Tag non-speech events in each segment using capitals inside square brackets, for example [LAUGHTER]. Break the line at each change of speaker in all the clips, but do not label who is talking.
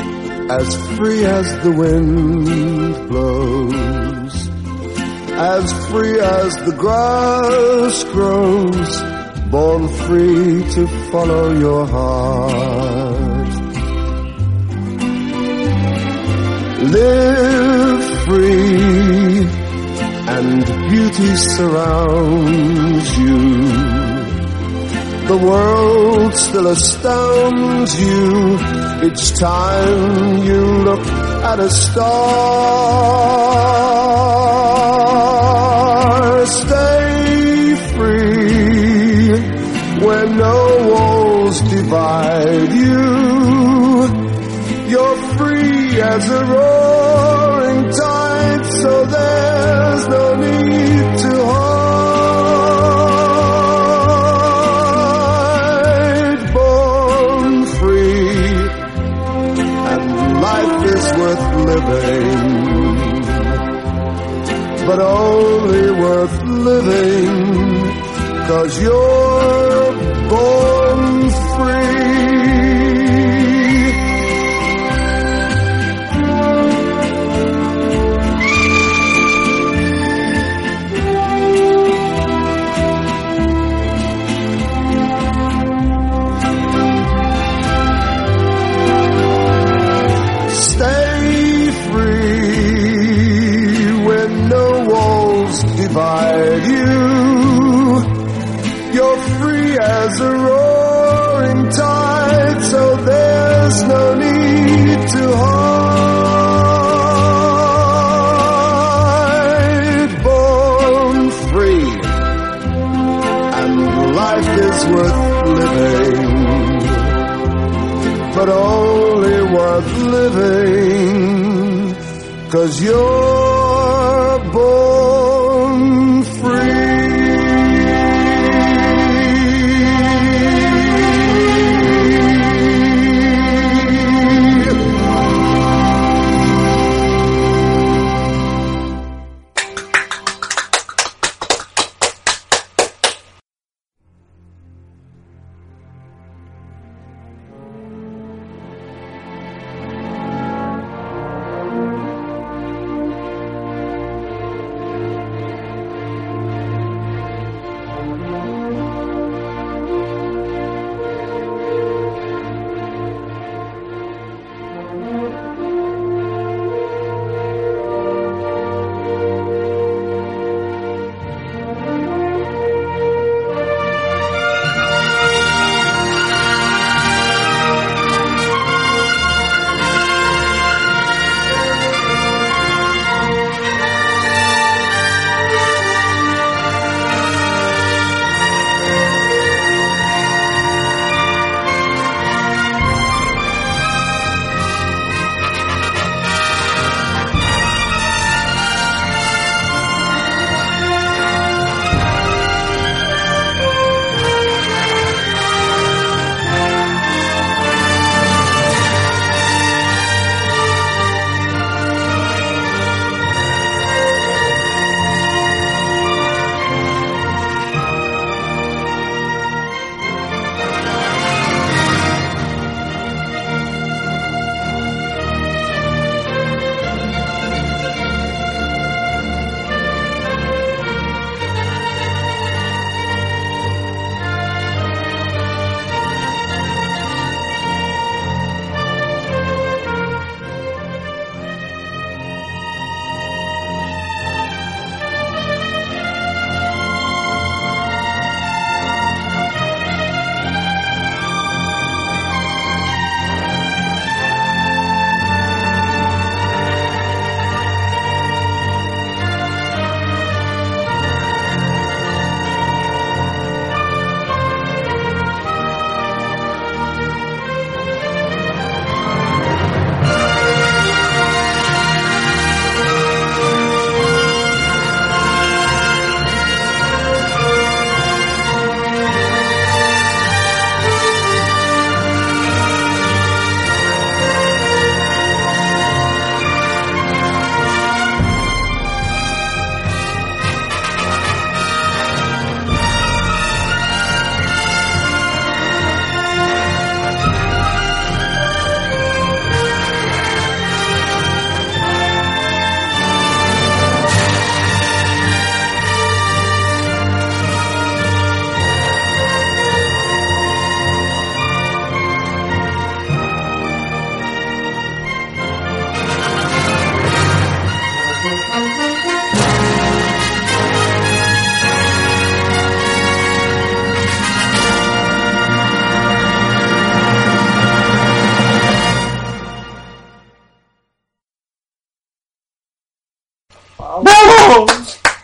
as free as the wind blows, as free as the grass grows, born free to follow your heart. Live free and beauty surrounds you. The world still astounds you each time you look at a star. Stay free where no walls divide you. You're free as a roaring tide, so there's no need to hide. Born free, and life is worth living, but only worth living cause you're born free. Stay free when no walls divide you. You're free as a roaring tide, so there's no need to hide. Born free, and life is worth living but only worth living cause you're born free.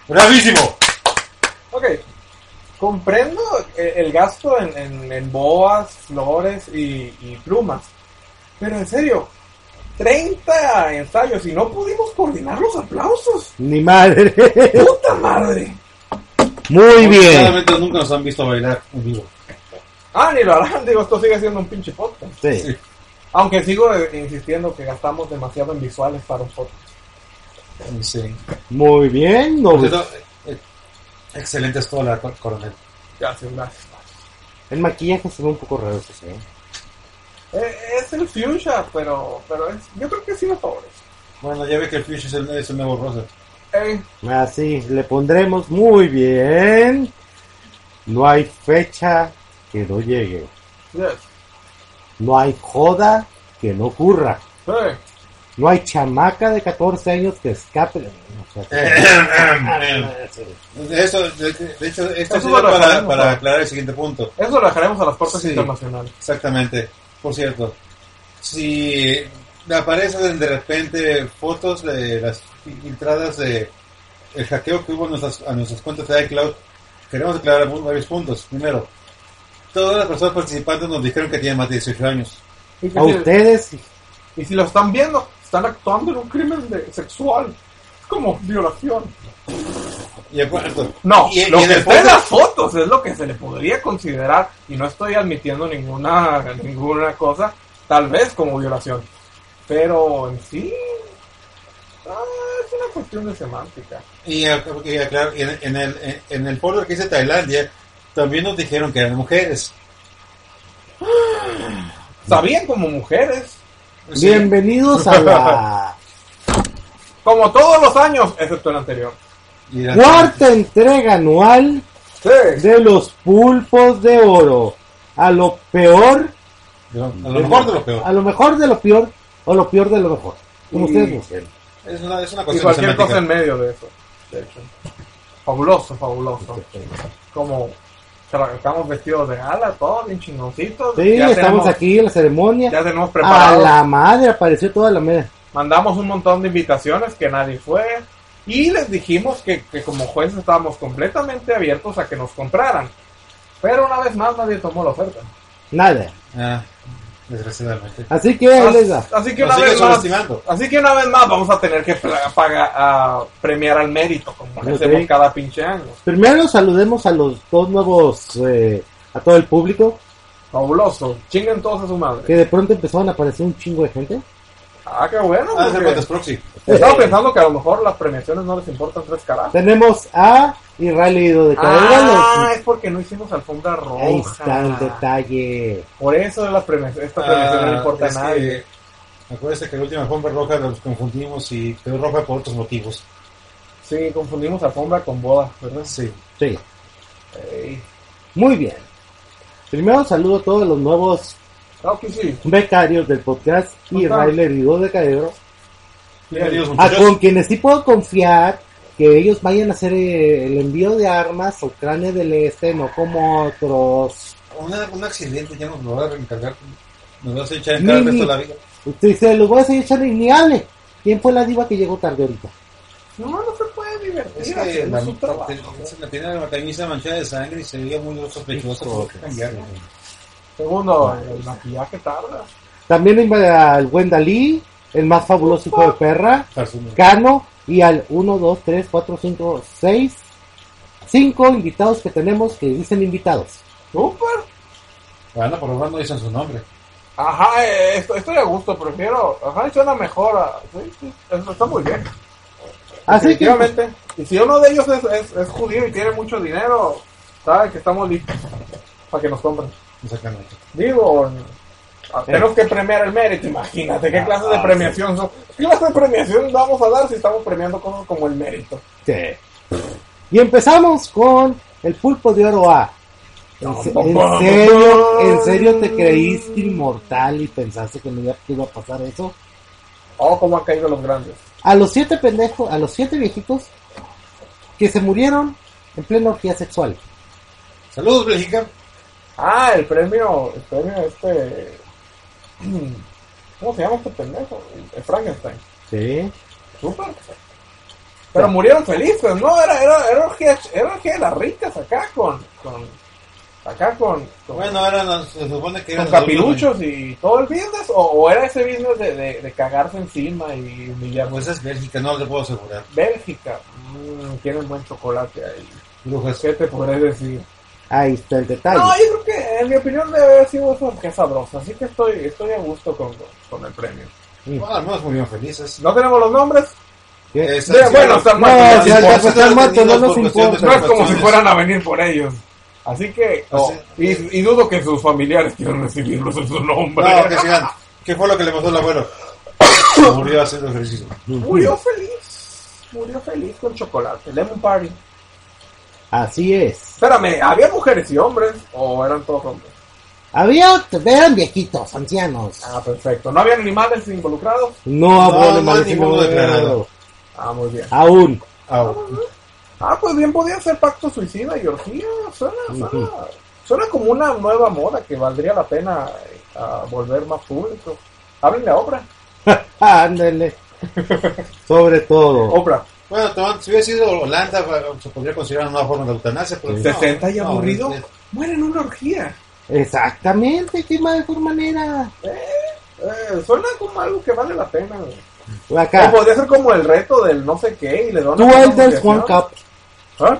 ¡Bravísimo!
Ok. Comprendo eh, el, el gasto en, en, en boas, flores y, y plumas. Pero en serio, 30 ensayos y no pudimos coordinar los aplausos.
Ni madre.
¡Puta madre!
Muy bien.
Claramente nunca nos han visto bailar en vivo.
Ah, ni lo harán, [LAUGHS] digo, esto sigue siendo un pinche podcast.
Sí.
Aunque sigo eh, insistiendo que gastamos demasiado en visuales para un podcast.
Sí.
Muy bien. no-
Por cierto, eh, excelente es toda la cor- coronel.
Gracias, gracias.
el maquillaje se ve un poco raro. sí, sí.
Eh, es el fuchsia, pero, pero es, yo creo que sí lo favorece.
Bueno, ya ve que el Fish es el, es el nuevo Rosa.
Eh,
Así, Ah, le pondremos muy bien. No hay fecha que no llegue.
yes.
No hay joda que no ocurra.
Eh,
No hay chamaca de 14 años que escape. O
Eh,
Eh,
sea,
Eso, de, de hecho, esto
Eso lo
sirve para,
dejaremos,
para
¿no?
aclarar el siguiente punto.
Eso lo dejaremos a las puertas
Sí.
internacionales.
Exactamente. Por cierto, si aparecen de repente fotos de las filtradas de el hackeo que hubo a nuestras, a nuestras cuentas de iCloud, queremos aclarar mu- varios puntos. Primero, todas las personas participantes nos dijeron que tienen más de 18 años.
Y, que
A
si-
ustedes,
y si lo están viendo, están actuando en un crimen de- sexual. Es como violación.
Y en cuarto,
No,
y- y
lo
en
que
el
está en las
podcast-
fotos es lo que se le podría considerar y no estoy admitiendo ninguna ninguna cosa, tal vez como violación, pero en sí ah, es una cuestión de semántica.
y ac- y aclarar, y en, en el, en- en el folder que hice Tailandia, también nos dijeron que eran mujeres.
Sabían como mujeres,
Sí.
bienvenidos
[LAUGHS]
a la
como todos los años, excepto el anterior.
Y eran-
cuarta entrega anual
Sí.
de los pulpos de oro. A lo peor,
de lo- A lo mejor de lo peor.
a lo mejor de lo peor, o lo peor de lo mejor. Como ustedes lo sean.
Es una, es una
Y
cuestión
cualquier
semántica.
cosa en medio de eso, de hecho. Fabuloso, fabuloso. Como tra- estamos vestidos de gala, todos bien chingoncitos.
Sí,
ya
estamos
tenemos-
aquí en la ceremonia.
Ya tenemos
A
preparado.
la madre apareció toda la mesa.
Mandamos un montón de invitaciones que nadie fue. Y les dijimos que, que como jueces estábamos completamente abiertos a que nos compraran. Pero una vez más nadie tomó la oferta.
Nada.
Ah, desgraciadamente.
Así que ahí les da.
Así, así que
Nos
una
sigue
vez más.
subestimando.
Así que una vez más vamos a tener que pla- paga- a premiar al mérito, como
Ok.
hacemos cada pinche año.
Primero saludemos a los dos nuevos, eh, a todo el público,
Fabuloso. Chinguen todos a su madre.
que de pronto empezaron a aparecer un chingo de gente.
Ah, qué bueno.
Ah,
porque
ese cuento es proxy.
Estaba pensando que a lo mejor las premiaciones no les importan tres carajos.
Tenemos a Israel Ido de
Ah,
Cadena.
es porque no hicimos alfombra roja.
Ahí está el detalle.
Por eso las premias, esta premiación no le importa a
Ah, es
nadie.
que, acuérdese que la última alfombra roja los confundimos y quedó roja por otros motivos.
Sí, confundimos alfombra con boda, ¿verdad?
Sí.
Sí.
Ey.
Muy bien. Primero saludo a todos los nuevos
Claro que sí.
becarios del podcast y
Ajá.
Israel Ido de Cadena.
Bienvenidos,
a
muchachos.
Ah, con quienes sí puedo confiar que ellos vayan a hacer eh, el envío de armas a Ucrania del Este, no como otros.
Una- un accidente ya nos lo va a reencargar. Nos va a hacer echar en
Ni-
cara el resto de la vida.
Usted dice, los voy a seguir echando y ni hable. ¿Quién fue la diva que llegó tarde ahorita?
No, no se puede divertir
Es que
haciendo
la,
su trabajo.
te- se- la tiene la camisa manchada de sangre y se veía muy sospechoso. tuvo que cambiarla.
Segundo, el maquillaje tarda.
También hay al buen Dalí, el más fabuloso hijo de perra,
Farsuno.
Cano, y al 1, 2, 3, 4, 5, 6, 5 invitados que tenemos que dicen invitados.
¡Súper!
Bueno, por lo menos no dicen su nombre.
Ajá, eh, esto- estoy a gusto, prefiero. Ajá, suena mejor. a- sí, sí, eso está muy bien.
Así que,
Definitivamente. Y si uno de ellos es, es, es judío y tiene mucho dinero, saben que estamos listos para que nos compren.
Exactamente.
Digo, a- tenemos que premiar el mérito, imagínate, ¿qué clase de premiación son? ¿Qué clase de premiación vamos a dar si estamos premiando cosas como el mérito?
este, y empezamos con el pulpo de oro A. ¿En, se- en serio, en serio te creíste inmortal y pensaste que no iba, que iba a pasar eso?
Oh, cómo han caído los grandes.
A los siete pendejos, a los siete viejitos que se murieron en plena orgía sexual.
Saludos, Bélgica.
Ah, el premio, el premio este... [CLEARS THROAT] ¿Cómo se llama este pendejo? El Frankenstein.
Sí.
Super. Pero murieron felices, ¿no? Era, era, era, orgía, era orgía de las ricas acá con. con acá con. con
Bueno, eran, los- se supone que
con
eran adultos,
capiluchos y todo el business, o, o era ese business de, de, de cagarse encima y humillar.
güey. Pues es Bélgica, no lo puedo asegurar.
Bélgica, mmm, tienen buen chocolate ahí. Pues,
Brujas.
¿Qué te podré decir?
Ahí está el detalle.
No, yo creo que en mi opinión debe haber sido esa que sabrosa, así que estoy, estoy a gusto con, con el premio.
Bueno, al menos murieron felices.
No tenemos los nombres,
¿Qué?
Eh,
de- bueno, están
No,
muertos,
si al
importa.
caso están muertos, no nos
Por cuestiones-
no
importa.
es como si
Razones.
fueran a venir por ellos. Así que, oh,
Así-
y, y dudo que sus familiares quieran recibirlos en su nombre.
No, que sigan. ¿Qué fue lo que le pasó al abuelo? Murió haciendo ejercicio.
Murió feliz, murió feliz con chocolate, lemon party.
Así es.
Espérame, ¿había mujeres y hombres o eran todos hombres?
Había, eran viejitos, ancianos.
Ah, perfecto. ¿No había animales involucrados?
No
No, no,
había animales
ninguno declarado.
Ah, muy bien.
Aún.
Au.
Ah, pues bien podía ser pacto suicida y orgía. Suena, suena, suena como una nueva moda que valdría la pena eh, a volver más público. Hablen la obra.
[LAUGHS]
Ándale. Sobre todo.
Obra.
Bueno, Tom, si hubiera sido Holanda, bueno, se podría considerar una nueva forma de eutanasia. Pero
Sí.
no,
60 y
no,
aburrido.
es-
Mueren en una orgía.
Exactamente, qué mejor manera.
Eh, suena como algo que vale la pena. güey. O
Acá.
podría ser como el reto del no sé qué y le dan
Two
una
Elders One
nominación.
Cup.
¿Ah?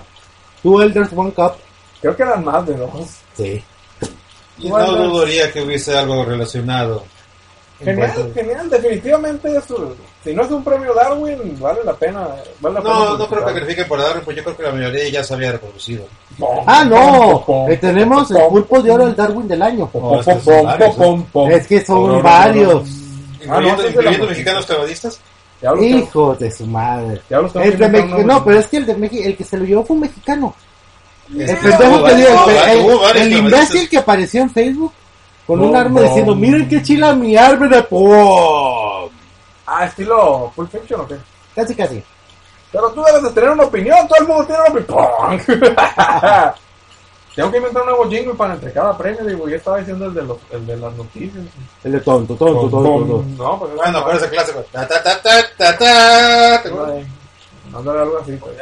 Two Elders One Cup.
Creo que eran más de dos.
Sí.
Y
Bueno.
no dudaría que hubiese algo relacionado. En
Genial,
cuanto-
genial. Definitivamente eso. Si no es un premio Darwin, vale la pena. Vale la pena
No, no creo que
publicitarlo.
califiquen por Darwin, pues yo creo que la mayoría ya se había reproducido.
Ah, no. eh, tenemos el pulpo de oro, el Darwin del año.
Oh,
No,
este
es que
este
son varios,
Es que son varios.
Ah, no, ese
Incluyendo,
es de la
incluyendo
mujer.
mexicanos cabalistas.
Ya los tengo-
Hijos de su madre.
ya los tengo
El de
que meter,
Mex- este no, pero es que el de México, el que se lo llevó fue un mexicano. El
Este,
pendejo
hubo
que dio, el,
varios,
el-
hubo varios
el
cabalistas.
imbécil que apareció en Facebook con un
No,
arma
no.
diciendo, miren qué chila mi arma de po. pues-
Ah, estilo Pulp Fiction o qué.
Casi, casi.
Pero tú debes de tener una opinión, todo el mundo tiene una opinión. [LAUGHS] tengo que inventar un nuevo jingle para entre cada premio, digo, yo estaba diciendo el de, los, el de las noticias.
El de tonto, tonto, tonto, tonto.
No, pues
Bueno, pero ese clásico. Ta, ta, ta, ta, ta, ta. ¿Te
eh.
acuerdas?
Mándale algo así. pues.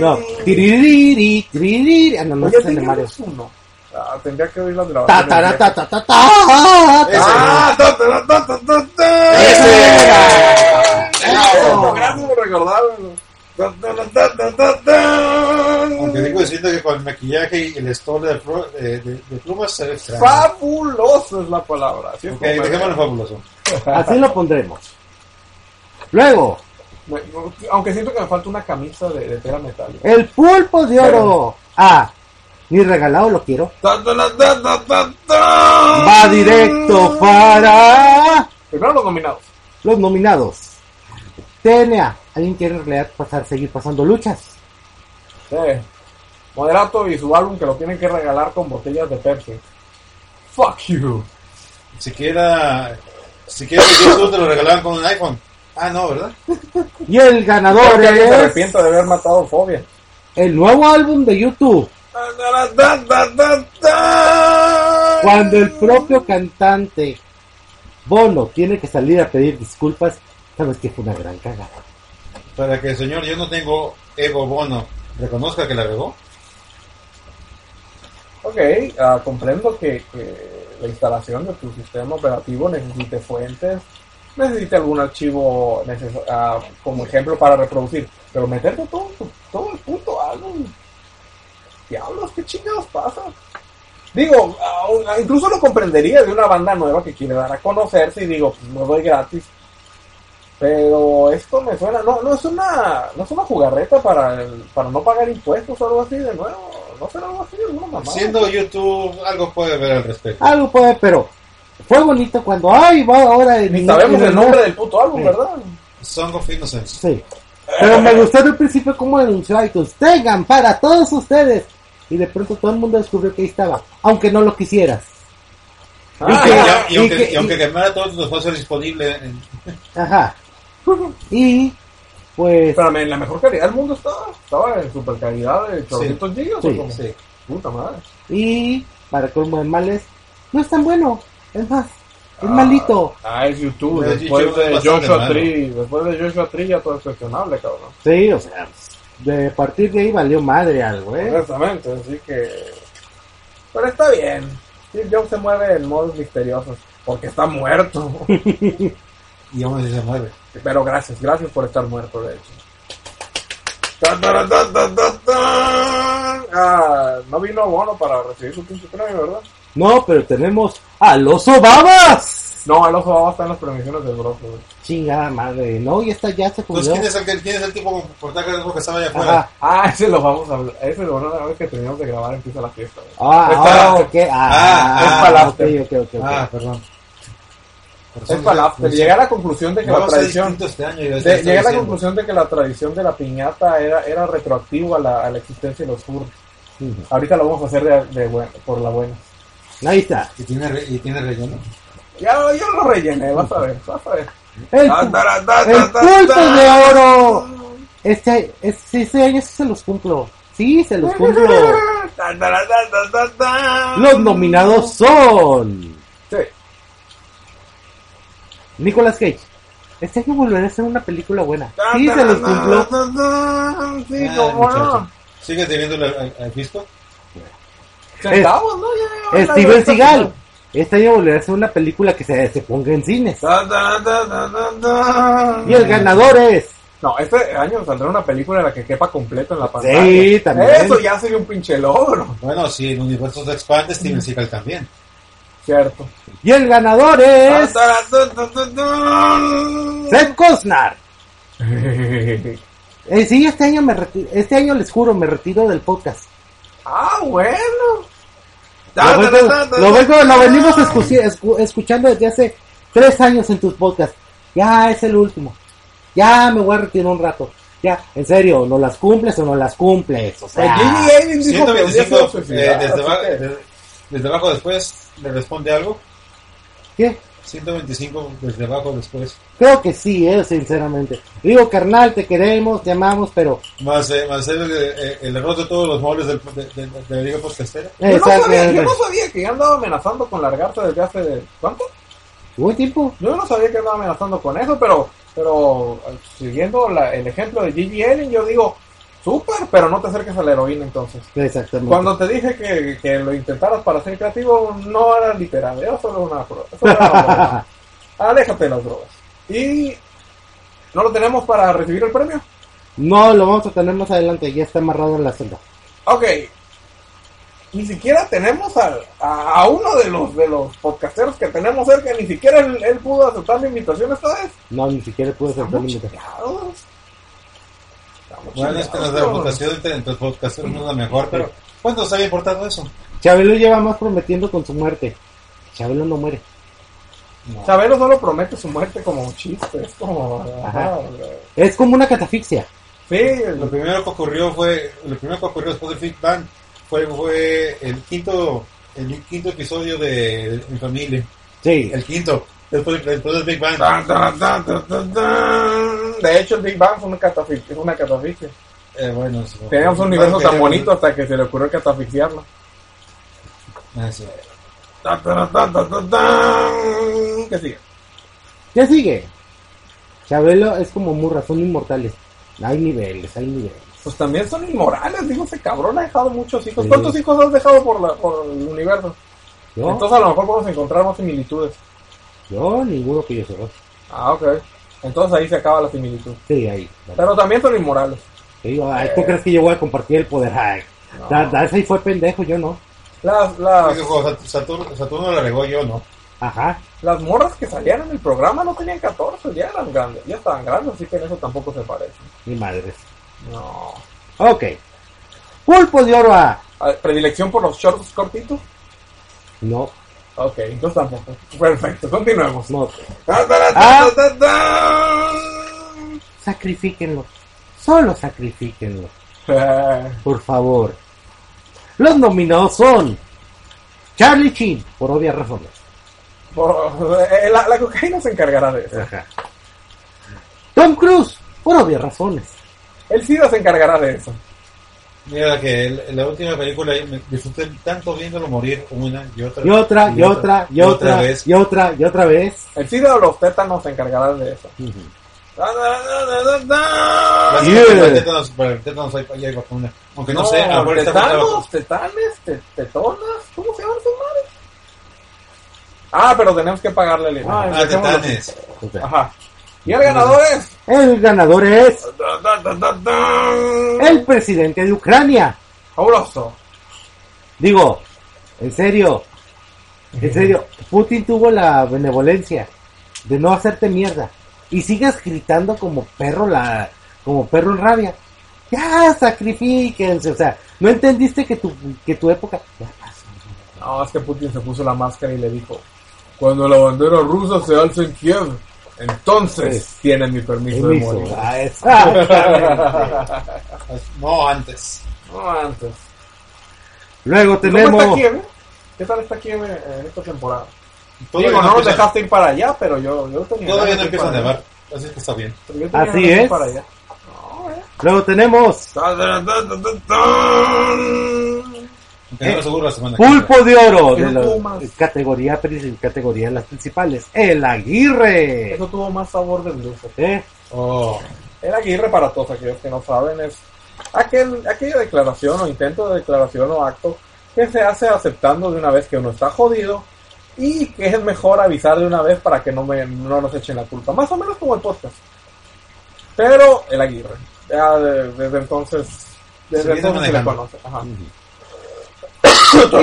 No. Tiririri, tiririri. Ah, no, no
Oye,
ese es el de
tenía
Mario.
más uno. Ah, tendría que oír las grabaciones.
Ta, ta, ra, ta, ta, ta, ta.
Ese.
¡Ah! ta, ta, ta, ta, ta, ta.
Ese
era.
Eso,
Eso.
Gracias por recordármelo. Ta, ta, ta, ta, ta, ta, ta.
Aunque digo diciendo que con el maquillaje y el store de, fru- eh, de- de plumas se ve extraño.
Fabuloso es la palabra. Así es
Ok,
como-
dejémoslo fabuloso.
Así lo pondremos. Luego,
Bueno, Aunque siento que me falta una camisa de, de tela metálica.
el pulpo de oro. Ah, ni regalado lo quiero.
Ta, ta, ta, ta, ta, ta, ta.
Va directo para
Primero los nominados.
los nominados. TNA. ¿Alguien quiere en realidad pasar, seguir pasando luchas?
Sí. Moderato y su álbum que lo tienen que regalar con botellas de Pepsi. Fuck you.
Siquiera, siquiera que YouTube te lo regalaban con un iPhone. Ah, no, ¿verdad?
Y el ganador
Creo que alguien se
es
arrepiento de haber matado Fobia.
el nuevo álbum de YouTube.
Ta, ta, ta, ta, ta, ta.
Cuando el propio cantante Bono tiene que salir a pedir disculpas, sabes que fue una gran cagada.
Para que, señor, yo no tengo ego bono. Reconozca que la regó.
Ok, ah, comprendo que, que la instalación de tu sistema operativo necesite fuentes, necesite algún archivo neces- ah, como ejemplo para reproducir, pero meterte todo, tu- todo el puto álbum. Diablos, qué chingados pasa. Digo, ah, incluso lo comprendería de una banda nueva que quiere dar a conocerse y digo, pues lo doy gratis. Pero esto me suena, no, no es una, no es una jugarreta para el- para no pagar impuestos o algo así de nuevo, no será algo así de alguna mamada.
Siendo YouTube, algo puede ver al respecto.
Algo puede, pero fue bonito cuando, ay, va ahora en-
Ni sabemos
en-
el nombre del puto álbum,
Sí.
¿verdad?
Song of Innocence.
Sí. Pero me gustó al principio cómo anunció iTunes. Tengan para todos ustedes. Y de pronto todo el mundo descubrió que ahí estaba. Aunque no lo quisieras.
Y,
Ah,
[LAUGHS]
que-
ya.
y aunque,
y que-
y aunque quemara todos los fósiles disponibles, en-
Ajá. Y pues
Espérame, en la mejor calidad del mundo estaba. Estaba en super calidad de 800 gigas.
Sí,
o como-
sí.
Puta madre.
y para colmo de males no es tan bueno. Es más, Es malito.
Ah, es YouTube.
Ya,
Después
YouTube es
de
bastante
Joshua
malo.
Tree, después de Joshua Tree ya todo es cuestionable, cabrón.
Sí, o sea, de a partir de ahí valió madre algo, ¿eh?
Exactamente, así que. Pero está bien. Steve Jobs se mueve en modos misteriosos. Porque está muerto.
Y vamos a decir, se mueve.
Pero gracias, gracias por estar muerto, de hecho. Ah, no vino Bono para recibir su pinche premio, ¿verdad?
No, pero tenemos a los Obamas.
No, el ojo abajo está en las premisiones del broco, güey.
Chingada madre, no, y esta ya se
Entonces,
jodió.
¿quién es el, que- quién es el tipo con portacargas que estaba allá afuera?
Ajá.
Ah, [LAUGHS] ese lo vamos a hablar. Ese lo van a ver que terminamos de grabar, empieza la fiesta, güey.
Ah,
Es para-
ah, ok.
ah,
Ah,
es para
ok,
after.
ok, ok, ok.
Ah, perdón.
Es para la after. Llegué a la conclusión de que la
Vamos a
tradición.
distintos este año. ya
de-
estoy
llegué a la
diciendo.
conclusión de que la tradición de la piñata era, era retroactiva a la, a la existencia de los furros.
Ujú.
Ahorita lo vamos a hacer de, de buen- por la buena.
Ahí está.
¿Y tiene, re- y tiene relleno?
Ya, yo lo rellené, vas a ver, vas a ver.
El,
Ta, ta, ta, ta,
el
ta,
pulpo
ta.
de oro. Este, este, este año sí se los cumplo. Sí, se los cumplo.
Ta, ta, ta, ta, ta, ta.
Los nominados son
Sí.
Nicolas Cage. Este año volveré a hacer una película buena. Sí, se los cumplo.
Sí,
Ah,
cómo no.
muchacho. ¿Sigue teniendo la- al, al fisco?
Centavos, ¿no? Ya, ya, ya,
Steven
ya,
Seagal. Este año volveré a hacer una película que se, se ponga en cines.
ta, ta, ta, ta, ta, ta.
Y el ganador es.
No, este año saldrá una película en la que quepa completo en la pantalla.
Sí, también.
Eso ya sería un pinche logro,
Bueno, si el universo se expande, Steven Seagal también.
¿cierto?
Y el ganador es.
Ta, ta, ta, ta, ta.
Seth Costner.
[LAUGHS]
Eh, sí, este año me reti- este año les juro, me retiro del podcast.
Ah, bueno. Ah,
Lo vengo, lo vengo- lo venimos escu- escu- escuchando desde hace tres años en tus podcasts. Ya es el último. Ya me voy a retirar un rato. Ya, en serio, no las cumples o no las cumples. O sea,
Pues Jimmy Davis dijo que un día se iba a
125, eh,
suicidar,
desde,
así
ba-
que-
de- desde abajo después, ¿le responde algo?
¿qué?
125 desde abajo después.
Creo que sí, eh, sinceramente. Digo, carnal, te queremos, te amamos, pero.
Más, eh, más el, eh, el error de todos los muebles del, de, de- de la Liga Podcastera.
Yo no, sabía,
Exactamente.
yo no sabía que andaba amenazando con largarse desde hace... ¿Cuánto?
Buen tiempo.
Yo no sabía que andaba amenazando con eso, pero pero eh, siguiendo la- el ejemplo de Gigi Allen, yo digo, súper, pero no te acerques a la heroína entonces.
Exactamente.
Cuando te dije que, que lo intentaras para ser creativo, no era literal, era solo una prueba. Solo era una broma. Aléjate de las drogas. Y no lo tenemos para recibir el premio.
No, lo vamos a tener más adelante. Ya está amarrado en la celda.
Ok. Ni siquiera tenemos al- a, a uno de los de los podcasteros que tenemos cerca, ni siquiera él, él pudo aceptar la invitación esta vez.
No, ni siquiera pude aceptar la
Estamos
invitación.
chingados. Estamos
Bueno, es que
chingados.
nuestra votación entre, entre podcasteros no es la mejor, pero ¿cuánto nos había importado eso?
Chabelo lleva más prometiendo con su muerte. Chabelo no muere.
No.
Chabelo solo promete su muerte como un chiste, es como...
Ajá.
ajá,
Es como una catafixia.
sí,
Lo primero que ocurrió fue, lo primero que ocurrió después del Fit Bang fue, fue el quinto, el quinto episodio de En Familia.
Sí.
El quinto, después, después del Big Bang.
Tan, tan, tan, tan, tan, tan. De hecho, el Big Bang fue una catafixia. Es una catafixia.
Eh, bueno, sí.
Teníamos un universo tan bonito hasta que se le ocurrió catafixiarlo.
Ah, sí.
Tan, tan, tan, tan, tan, tan. ¿Qué sigue?
¿Qué sigue? Chabelo es como Murra, son inmortales. Hay niveles, hay niveles.
Pues también son inmorales. Digo, ese cabrón ha dejado muchos hijos.
Sí.
¿Cuántos hijos has dejado por, la, por el universo?
Yo,
Entonces a lo mejor podemos encontrar más similitudes.
yo ninguno que yo sepa.
Ah, ok. Entonces ahí se acaba la similitud.
Sí, ahí. Vale.
Pero también son inmorales.
Te digo, ay, ¿tú crees que yo voy a compartir el poder? Ay,
No.
Da- Darcy fue pendejo, yo no.
Las, las,
Dijo, Sat- Saturno, Saturno la regó yo, ¿no?
Ajá.
las morras que salían en el programa no tenían 14, ya eran grandes, ya estaban grandes, así que en eso tampoco se parece.
Mi madre.
No.
Ok. Pulpo de oro a...
A ver, Ah, ¿Predilección por los shorts cortitos?
No,
Ok, entonces tampoco. Perfecto, continuemos.
no.
Ta, ta,
Ah.
ta, ta, ta, ta.
Sacrifíquenlo. Solo sacrifíquenlo.
Eh,
Por favor. Los nominados son... Charlie Chin, por obvias razones.
por- eh, la, la cocaína se encargará de eso.
Ajá. Tom Cruise, por obvias razones.
El SIDA se encargará de eso.
Mira que el- la última película me disfruté tanto viéndolo morir una y otra
Y otra, y otra, y otra,
vez.
y otra, y otra vez.
El Ciro o los tétanos se encargarán de eso.
Vas a
Yeah.
comprar tétanos, para el tétanos hay, hay vacuna. Aunque no, sé, a lo mejor está
tetanos, tetanes, te- tetonas, ¿cómo se llaman sus madres? Ah, pero tenemos que pagarle el
Ah,
Ah, tetanes.
Ajá. Y el ganador es.
El ganador es el
El
presidente de Ucrania.
fabuloso.
Digo, en serio, en serio, Putin tuvo la benevolencia de no hacerte mierda y sigas gritando como perro la, como perro en rabia. Ya sacrifíquense, o sea, no entendiste que tu, que tu época ya pasó.
No, es que Putin se puso la máscara y le dijo: Cuando la bandera rusa se alce en Kiev, entonces
Pues,
tienen mi permiso de
Permiso,
morir.
ah,
[LAUGHS]
exactamente.
No, antes.
No, antes.
[LAUGHS] Luego
¿Cómo está
tenemos
Kiev? ¿Qué tal está Kiev eh, en esta temporada?
Todavía
Digo, no nos
empieza-
dejaste ir para allá, pero yo, yo tenía ganas de
Todavía no
ir
empieza a
para allá.
nevar, así que está bien.
Pero yo tenía
Así
ganas de ir
es.
Para allá. No, eh.
Luego tenemos
Aunque
¿Eh?
no lo aseguro la semana que viene.
Pulpo de Oro de
El
la
Pumas.
categoría princi- categoría las principales, el Aguirre.
Eso tuvo más sabor de dulce.
¿Eh?
[LAUGHS]
Oh,
El Aguirre, para todos aquellos que no saben, es aquel, aquella declaración o intento de declaración o acto que se hace aceptando de una vez que uno está jodido y que es mejor avisar de una vez para que no, me, no nos echen la culpa. Más o menos como el podcast. Pero el Aguirre. Ya de- desde entonces,
Se
desde
viene
entonces se le
manejando.
conoce. Ajá.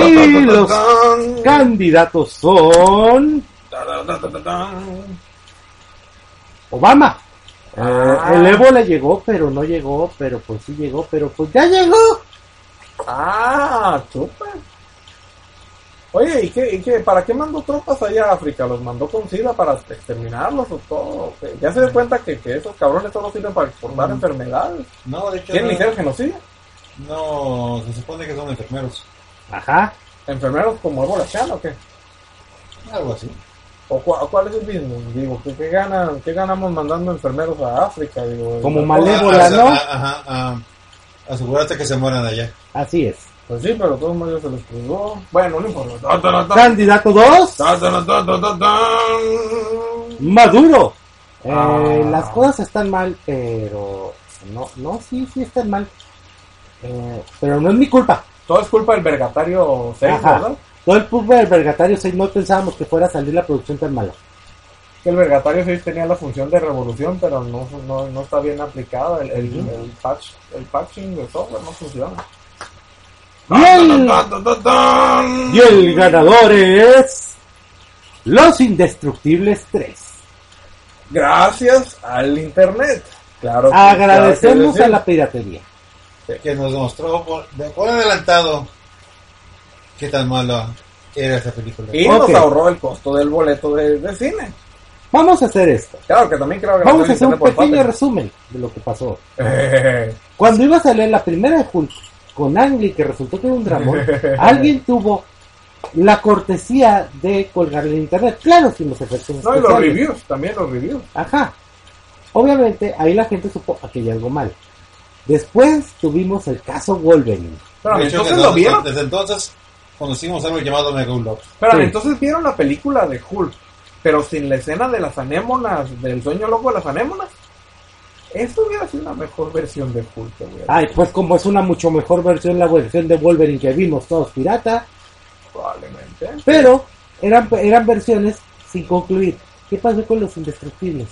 Y los candidatos son Obama. Eh,
Ah.
el Evo le llegó, pero no llegó, pero pues sí llegó, pero pues ya llegó.
Ah, chupa. Oye, ¿y qué, y qué- ¿Para qué mandó tropas allá a África? ¿Los mandó con SIDA para exterminarlos o todo? ¿O qué? Ya se dio cuenta que, que esos cabrones solo sirven para exportar enfermedades.
no, de hecho,
¿Quién le
no,
hicieron genocidio?
no, se supone que son enfermeros.
Ajá.
¿Enfermeros como Ébola Chan o qué?
Algo así.
¿O cua- o cuál es el business? Digo, ¿qué, qué ganan, ¿qué ganamos mandando enfermeros a África? Digo,
Como
la-
mal-
Ah,
Malévola,
ah,
¿no?
ah, Ajá, ah, asegurarte que se mueran allá.
Así es.
Pues sí, pero todos medios se les cruzó. Bueno, no importa.
Candidato 2, Maduro. Eh,
Ah.
Las cosas están mal, pero no, no, sí, sí están mal. Eh, pero no es mi culpa.
Todo es culpa del vergatario 6,
Ajá.
¿verdad?
Todo el fútbol del Vergatario 6 no pensábamos que fuera a salir la producción tan mala.
que el Vergatario 6 tenía la función de revolución, pero no, no, no está bien aplicada. El, el, el, patch, el patching de software no funciona.
Y el, y el ganador es Los Indestructibles 3.
Gracias al Internet. Claro que-
Agradecemos a
claro
la piratería.
Que nos mostró por, de- por adelantado qué tan mala era esa película.
que sí. Y
Ok.
nos ahorró el costo del boleto de, de cine.
Vamos a hacer esto.
Claro que también creo que
Vamos a hacer un pequeño resumen de lo que pasó. Cuando iba a salir la primera de Hulk con Ang Lee, que resultó que era
[LAUGHS]
un dramón, alguien tuvo la cortesía de colgarle en internet. Claro, sin los efectos
[LAUGHS] No, y los
especiales.
reviews, también los reviews.
Ajá. Obviamente, ahí la gente supo "Ah, que hay algo mal. Después tuvimos el caso Wolverine.
Pero,
De hecho,
entonces
desde
lo
entonces-
vieron.
Desde entonces conocimos algo llamado Megalob.
Pero
Sí.
entonces vieron la película de Hulk, pero sin la escena de las anémonas, del sueño loco de las anémonas. Esto hubiera sido una mejor versión de Hulk. te voy a decir.
Ay, pues como es una mucho mejor versión, la versión de Wolverine que vimos todos pirata,
Probablemente.
pero eran, eran versiones sin concluir. ¿Qué pasó con los indestructibles?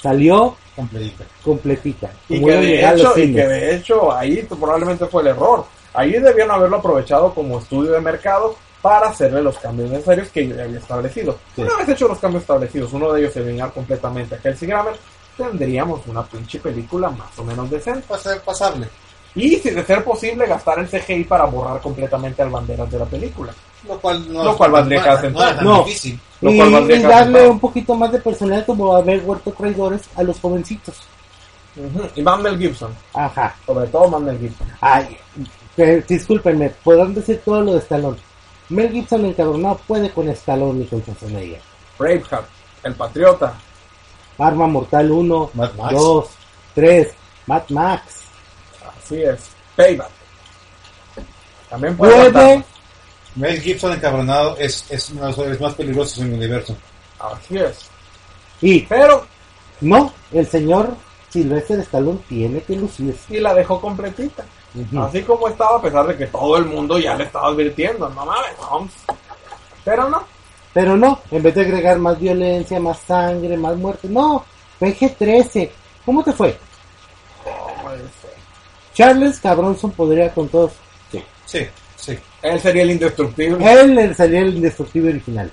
Salió
Completita.
completita.
Y
como
que,
iba a
de
llegar a los
hecho, y que
cines.
de hecho ahí t- probablemente fue el error. Ahí debían haberlo aprovechado como estudio de mercado para hacerle los cambios necesarios que yo ya había establecido.
Sí.
Una vez hechos los cambios establecidos, uno de ellos eliminar completamente a Kelsey Grammer, tendríamos una pinche película más o menos decente.
Va a ser pasable.
Y si de ser posible gastar el CGI para borrar completamente al banderas de la película.
Lo cual no,
Lo cual valdría
no era-
cada
no era tan
centavo. No.
difícil.
lo
y,
cual más
y
deja
darle
ocupado.
un poquito más de personalidad como haber huerto traidores a los jovencitos.
Y Van Mel Gibson,
Ajá.
sobre todo Van Mel Gibson.
Ay, eh, discúlpenme, podrán decir todo lo de Stallone. Mel Gibson encabronado puede con Stallone y con Schwarzenegger.
Braveheart, El Patriota.
Arma Mortal 1,
Mad Max.
2, 3, Mad Max.
Así es. Payback. También puede
Vuelve.
aguantar.
Mel Gibson encabronado es, es uno de los hombres más peligrosos en el universo.
Así es.
Y
Pero,
no, el señor Silvestre Stallone tiene que lucirse. Ah,
y la dejó completita.
Ujú.
Así como estaba, a pesar de que todo el mundo ya le estaba advirtiendo. No mames, Holmes. Pero no.
Pero no, en vez de agregar más violencia, más sangre, más muerte, no, PG-13. ¿Cómo te fue?
¿Cómo es?
Charles Cabronson podría con todos.
Sí, sí.
Él sería el indestructible.
Él le salía el indestructible original.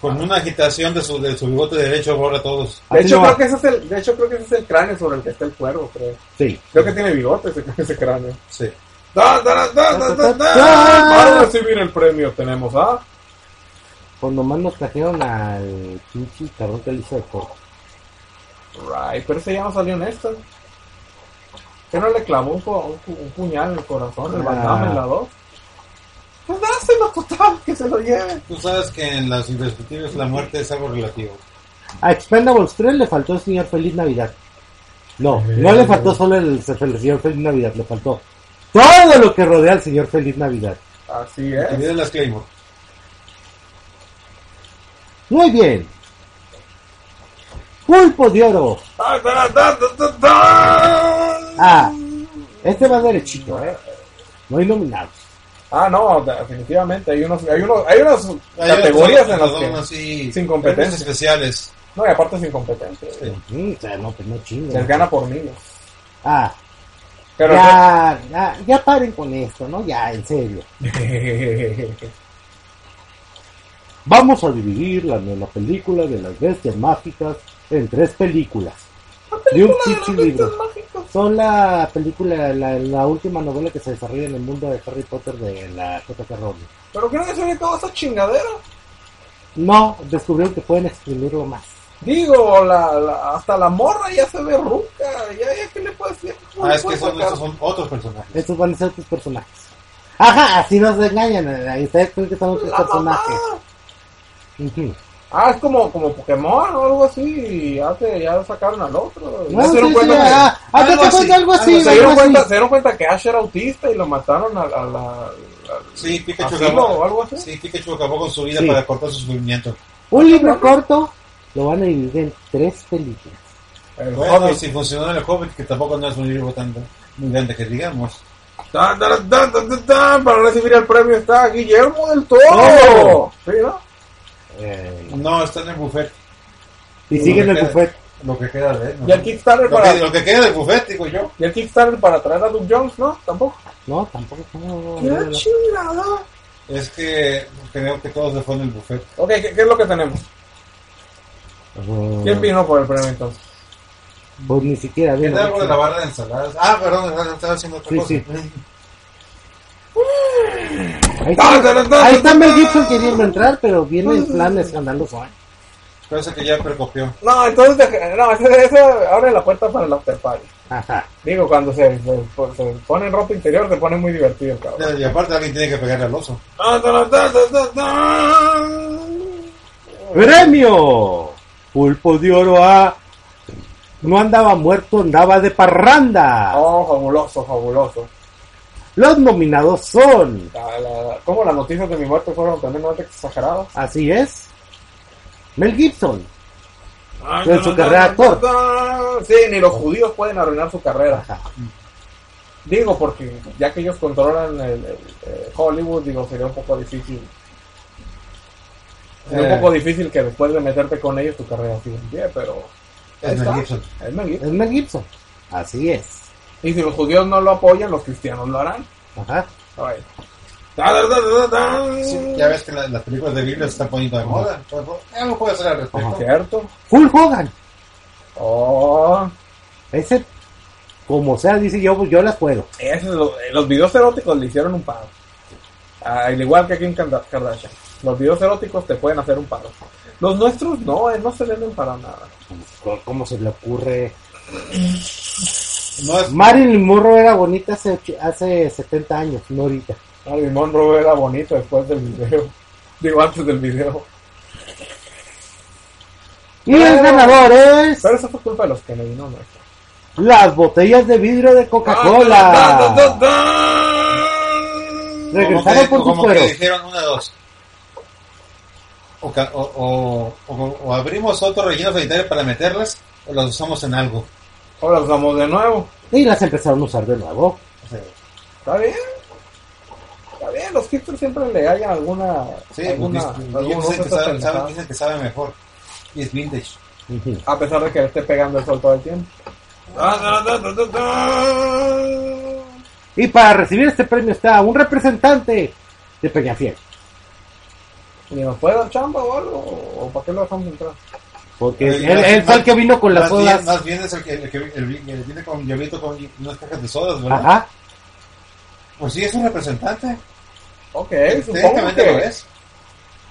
Con una agitación de su, de su bigote derecho borra a todos.
De
Así
hecho,
lo
creo
va.
que ese es el, de hecho, creo que ese es el cráneo sobre el que está el cuervo, creo.
Sí.
Creo que tiene bigote ese, ese cráneo.
Sí.
¡Da, da, da, da, da, da!
¡Ah!
Para recibir el premio tenemos a...
Cuando más nos trajeron al pinche cabrón que le hizo de corto.
Right, pero ese ya no salió en esta. Que no le clavó un, co- un pu- un puñal en el corazón, el
Ah.
bandama en la dos. Pues dáselo total, que se lo lleve.
Tú sabes que en las indiscutibles la muerte es algo relativo.
A Expendables 3 le faltó el señor Feliz Navidad. No, no le faltó solo el, el señor Feliz Navidad, le faltó todo lo que rodea al señor Feliz Navidad.
Así
Te
es.
olvides las Claymore.
Muy bien. Pulpo de oro.
Da, da, da, da, da, da.
Ah, este va derechito, eh. No hay nominados.
Ah, no, definitivamente. Hay, unos, hay, unos, hay unas
Hay
categorías
otros
en las
que son
que...
así,
sin competencia.
premios especiales.
No, y aparte sin competencia.
Sí.
Ujú, o sea, no, pues no chingo.
Les gana por niños.
Ah,
Pero
ya, ya, ya paren con esto, ¿no? Ya, en serio. Vamos a dividir la, la película de las bestias mágicas en tres películas. [LAUGHS]
[LAUGHS]
De un pinche libro. Son la película, la, la última novela que se desarrolla en el mundo de Harry Potter de la J.K. Rowling.
Pero creo que sobre toda esa chingadera.
No, descubrieron que pueden exprimirlo más.
Digo, la, la- hasta la morra ya se ve ruca. Ya, ya, ¿qué le puedes decir? ¿Cómo
Ah,
le
es que
puedes
son,
sacar?
estos son otros personajes.
Estos van a ser tus personajes. Ajá, así nos engañan. eh, Ahí ustedes creen que son tus
La mamá.
personajes. Ujú.
Ah, es como, como Pokémon o algo así. Ya, te- ya sacaron al otro.
No,
Ya se
Ah, sí,
dieron
sí,
cuenta que-
ah, ah,
algo
te cuento
así,
algo así.
se,
algo
dieron
así.
cuenta, se dieron cuenta que Ash era autista y lo mataron a, a la. al-
Sí, Pikachu
¿Asilo o algo
acabó.
así?
Sí, Pikachu acabó con su vida
Sí.
para cortar su sufrimiento.
Un libro corto lo van a dividir en tres películas.
el
Bueno,
Hobbit.
si funcionó en el Hobbit, que tampoco no es un libro tan muy grande que digamos.
Tan, tan, tan, tan, tan, tan. Para recibir el premio está Guillermo del Toro.
Toro.
Sí, ¿no?
Eh,
No, está en el buffet.
y siguen el
Lo que queda-
buffet.
Lo que queda de él. ¿no?
Y el Kickstarter
Lo
para,
que, lo que queda del buffet, digo yo.
y el Kickstarter para traer a Doug Jones, ¿no? Tampoco.
No, tampoco. no,
¡Qué
no, no.
chingada!
Es que creo que todos se fueron el buffet.
Ok, ¿qué, qué es lo que tenemos?
Ujú.
¿Quién vino por el premio entonces?
Pues ni siquiera
Tiene
vino.
algo de la barra de ensaladas. Ah, perdón, estaba haciendo otra
Sí,
cosa.
sí. Ahí
¡Ah,
está, ahí está Mel Gibson queriendo entrar, pero viene en plan escandaloso. ¿eh?
Parece que ya precopió.
No, entonces, deja- no, [LAUGHS] ese, ese abre la puerta para el after party.
Ajá.
Digo, cuando se, se, se pone en ropa interior se pone muy divertido el cabrón.
Y aparte alguien tiene que pegarle al oso.
Tan, tan, tan, tan, tan, tan.
¡Premio! Pulpo de oro a. No andaba muerto, andaba de parranda.
Oh, fabuloso, fabuloso.
Los nominados son.
La, la- como las noticias de mi muerte fueron también bastante exageradas.
Así es. Mel Gibson. En su carrera actor.
Sí, ni los judíos pueden arruinar su carrera.
Ajá.
Digo, porque ya que ellos controlan el, el- eh, Hollywood, digo, sería un poco difícil. Sería
Eh.
un poco difícil que después de meterte con ellos tu carrera siga en pie, pero.
Es
ahí
Mel
está.
Gibson.
Es Mel Gibson.
Es Mel Gibson. Así es.
Y si los judíos no lo apoyan, los cristianos lo harán.
Ajá.
Ay. Da, da, da, da, da.
Sí, ya ves que la- las películas de Biblia se están poniendo de moda. pues, Ya no puedo hacer al respecto.
¿Cierto?
Full Hogan.
Oh,
Ese, como sea, dice yo, yo las puedo.
ese es lo- eh, los videos eróticos le hicieron un paro. Ah, Al igual que aquí en Kanda- Kardashian. Los videos eróticos te pueden hacer un paro. Los nuestros no, eh, no se venden para nada.
¿Cómo se le ocurre?
No es
Marilyn Monroe era bonita hace, och- hace 70 años, no ahorita.
Marilyn Monroe era bonito después del video. [LAUGHS] Digo, antes del video.
Y el
Pero-
ganador es
Pero eso fue culpa de los Kennedy, no nuestro.
Ah,
Ah,
las botellas de vidrio de Coca-Cola. Regresaron
que-
por su
como
cuero.
que dijeron una, dos. O, ca- o, o- o- o abrimos otro relleno sanitario para meterlas o las usamos en algo.
Ahora usamos de nuevo.
Y las empezaron a usar de nuevo.
O sea,
Está bien. Está bien, los hipsters siempre le hallan alguna.
sí,
alguna,
pues,
alguna
ellos dicen, que
otra
saben,
pendejada,
saben- dicen que saben mejor. Y es vintage.
Ujú.
A pesar de que le esté pegando el sol todo el tiempo.
Y para recibir este premio está un representante de Peñafiel.
Ni nos puede dar chamba o algo. ¿O para qué lo dejamos entrar?
Porque
Oye,
él,
más-
él fue el que vino con Pues, las
Más bien,
sodas.
más bien es el que, el que- el que viene con llavito con unas cajas de sodas, ¿verdad?
Ajá.
Pues sí, es un representante.
Ok, Eh, supongo
Técnicamente lo
que,
es.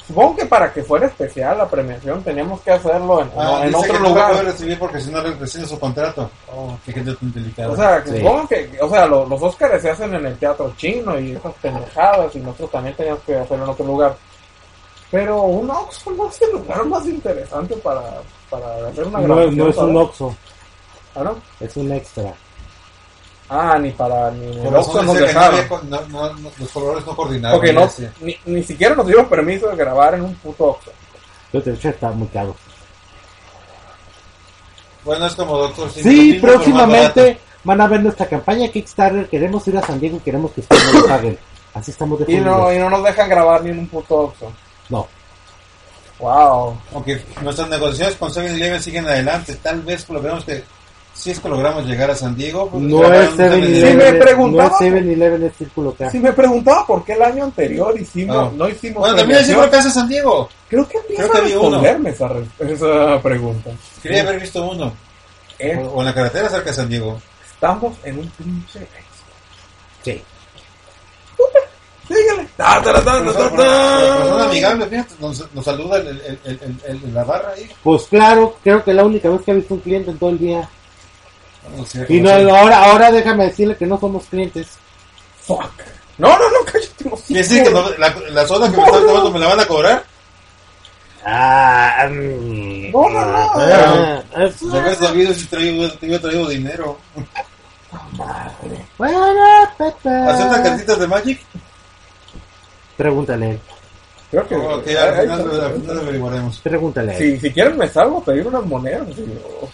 supongo que para que fuera especial la premiación teníamos que hacerlo en,
Ah,
en
dice
otro
que no lo puede
lugar.
recibir porque si no re- recibe su contrato. Oh, qué gente tan delicada.
O sea, que
Sí.
supongo que, o sea, lo- los Óscares se hacen en el teatro chino y esas pendejadas y nosotros también teníamos que hacerlo en otro lugar. Pero un Oxxo no es el lugar más interesante para, para hacer una
No,
grabación.
no es un
¿sabes?
Oxxo,
Ah, ¿no?
es un extra.
Ah, ni para ni en
Por
el
razón
Oxxo nos
decía que no
dejaron.
había con- no- no- no- los colores no coordinaron.
Porque no,
decía.
ni, ni siquiera nos dieron permiso de grabar en un puto Oxxo.
Yo te hecho está muy caro.
Bueno, es como Doctor Simi, lo
Sí,
mismo, pero más barato.
próximamente van a ver nuestra campaña Kickstarter. Queremos ir a San Diego y queremos que ustedes nos paguen. Así estamos de
Y no, eh,
jodidos.
y no nos dejan grabar ni en un puto Oxxo.
No.
Wow.
Aunque nuestras negociaciones con Seven Eleven siguen adelante, tal vez logramos que. Si es que logramos llegar a San Diego. pues, porque
No
grabaron
es
un
7
Eleven.
Sí, me
Eleven. No
preguntaba.
es 7 Eleven, es Círculo K.
Este, Si me preguntaba por qué el año anterior hicimos,
Ah.
no hicimos.
Bueno, también
premiación,
decimos que hace San Diego.
creo que empieza
creo que
a
había uno.
responderme esa, re- esa pregunta.
Quería haber visto uno. O,
Eh,
o en la carretera cerca de San Diego.
Estamos en un pinche. éxito.
Sí.
Síguele. Ta, ta, ta, ta,
Pero
ta,
son-
ta.
pero son amigables, fíjate, nos, nos saluda el, el- el- el- el- la barra ahí.
Pues claro, creo que la única vez que he visto un cliente en todo el día.
No sé,
Y no,
no sé.
ahora, ahora déjame decirle que no somos clientes.
Fuck. No, no, no, cállate. No,
¿Quiere decir que no- la, la soda que me están tomando me la van a cobrar?
Ah, mm.
No, no, no.
Ah, es-
Ya ves, David, si traigo, te hubiera traído dinero.
Bueno, Pepe.
¿Aceptan
Ah.
cartitas de Magic?
Pregúntale,
Creo que.
Ok,
eh,
al
eh,
final, al final averiguaremos.
pregúntale.
si, si quieren, me salgo a pedir unas monedas. sí, o-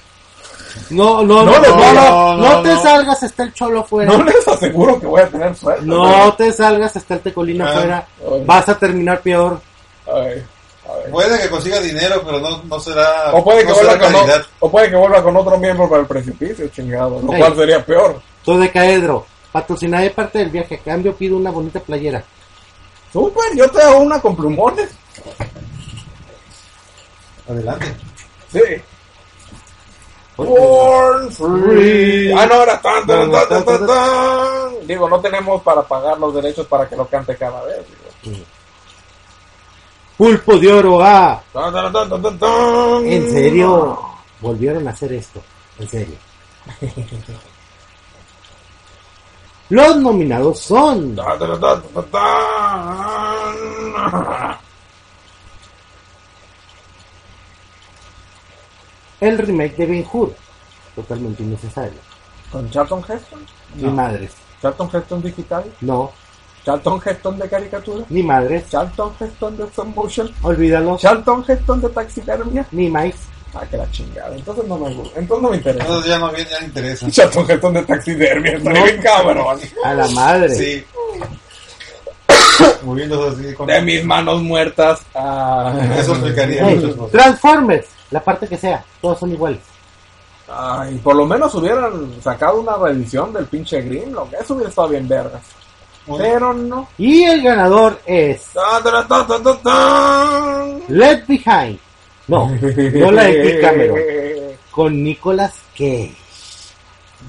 No,
No,
no, no, no,
les-
no,
no,
no
no,
te
no.
salgas, está el cholo fuera.
No les aseguro que voy a tener suerte.
Pues- No te salgas, está el tecolino
Ah.
afuera.
Ay.
Vas a terminar peor.
pero- A ver, a ver.
Puede que consiga dinero, pero no, no será.
O puede, que
no
vuelva
será
con
calidad.
o- o puede que vuelva con otro miembro para el precipicio, chingado. Lo
Ey.
cual sería peor.
Dodecaedro, patrocinaré parte del viaje. A cambio, pido una bonita playera.
Super, yo te hago una con plumones.
Adelante.
Sí. Born free. Ah, no, era tan, tan, tan, tan, tan, tan. Digo, no tenemos para pagar los derechos para que lo cante cada vez. digo.
Pulpo de oro, ah.
Tan, tan, tan, tan, tan, tan.
En serio, volvieron a hacer esto. En serio. [LAUGHS] Los nominados son
Tan, tan, tan, tan, tan, tan.
el remake de Ben Hur, totalmente innecesario.
¿Con Charlton Heston?
Ni madres,
¿Charlton Heston digital?
no,
¿Charlton Heston de caricatura?
ni madres,
¿Charlton Heston de stop motion?
olvídalo,
¿Charlton Heston de taxidermia?
ni más.
Ah, que la chingada. Entonces no me gusta. Entonces no me interesa.
Entonces ya no viene, ya no interesa.
[LAUGHS] Charlton Heston de taxidermia. Está
No.
bien cabrón.
A la madre.
Sí. Moviéndose así con.
De mis manos muertas. Ah,
Eso explicaría
Ey,
muchas cosas.
Transformers, la parte que sea, todos son iguales.
Ay, por lo menos hubieran sacado una reedición del pinche Grimlock. Eso hubiera estado bien vergas. Pero no.
Y el ganador es
Ta, ta, ta, ta, ta, ta.
Left Behind. No, no la de Kirk Cameron, [LAUGHS] con Nicolas Cage.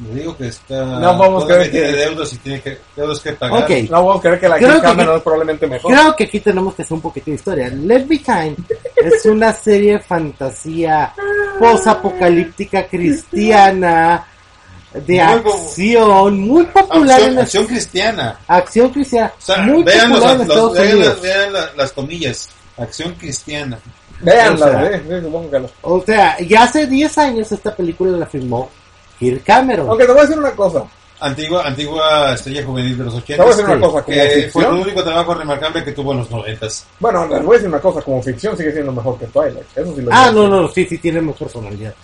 Le digo que está.
No, vamos a
todavía
ver que-
tiene deudas y tiene que, deudas que pagar.
Ok.
[LAUGHS] No puedo creer que la
Creo
Kirk
que-
Cameron es probablemente mejor.
Creo que aquí tenemos que hacer un poquito de historia. Left Behind es una serie de fantasía posapocalíptica cristiana de
Muy po-
acción muy popular
Acción,
en la-
acción cristiana.
acción cristiana
O sea,
muy
vean, los,
popular en
los-
Estados
vean
Unidos.
las- vean la- las comillas. Acción cristiana.
Veanla,
o sea.
sí, sí, supongo que la-
O sea, ya hace 10 años esta película la filmó Kirk Cameron.
Aunque te voy a decir una cosa.
Antigua, antigua estrella juvenil de los 80.
Te voy a decir una cosa, como
que fue el
ficción.
único trabajo remarcable que tuvo en los 90.
Bueno, les voy a decir una cosa, como ficción sigue siendo mejor que Twilight. Eso sí lo
Ah,
digo.
no, no, sí, sí, tiene más personalidad.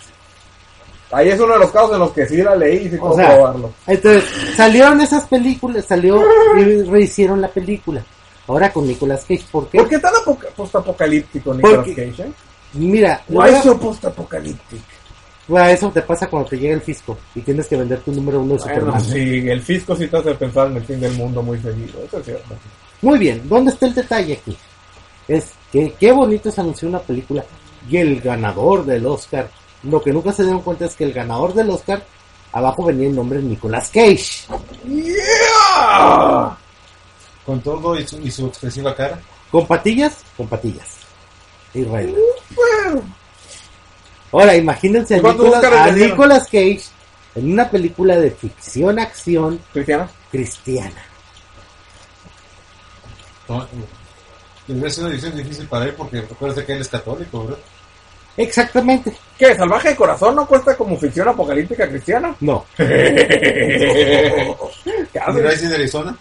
Ahí es uno de los casos en los que sí la leí y sí puedo
O sea,
probarlo.
entonces salieron esas películas, salió y rehicieron la película. Ahora con Nicolas Cage, ¿por qué?
¿Por qué tan apoca- postapocalíptico Nicolas
Porque-
Cage? eh?
Mira,
Why
ahora-
so postapocalíptico?
Bueno, eso te pasa cuando te llega el fisco y tienes que vender tu número uno de
Bueno,
Superman.
sí, el fisco sí te hace pensar en el fin del mundo muy seguido, eso es cierto.
Muy bien, ¿dónde está el detalle aquí? Es que qué bonito se anunció una película y el ganador del Oscar. Lo que nunca se dieron cuenta es que el ganador del Oscar, abajo venía el nombre de Nicolas Cage.
¡Yeah!
Con todo y su, y su expresiva cara.
¿Con patillas? Con patillas. Israel. Ahora, imagínense a,
¿Cuántos
Nicolas,
Oscars
a
le dieron?
Nicolas Cage en una película de ficción acción
Cristiana,
cristiana.
No, Debería ser una decisión difícil para él porque recuerda que él es católico, ¿verdad?
Exactamente.
¿qué? ¿Salvaje de corazón no cuesta como ficción apocalíptica [LAUGHS] cristiana?
No.
¿Y
Casi.
Rising Arizona?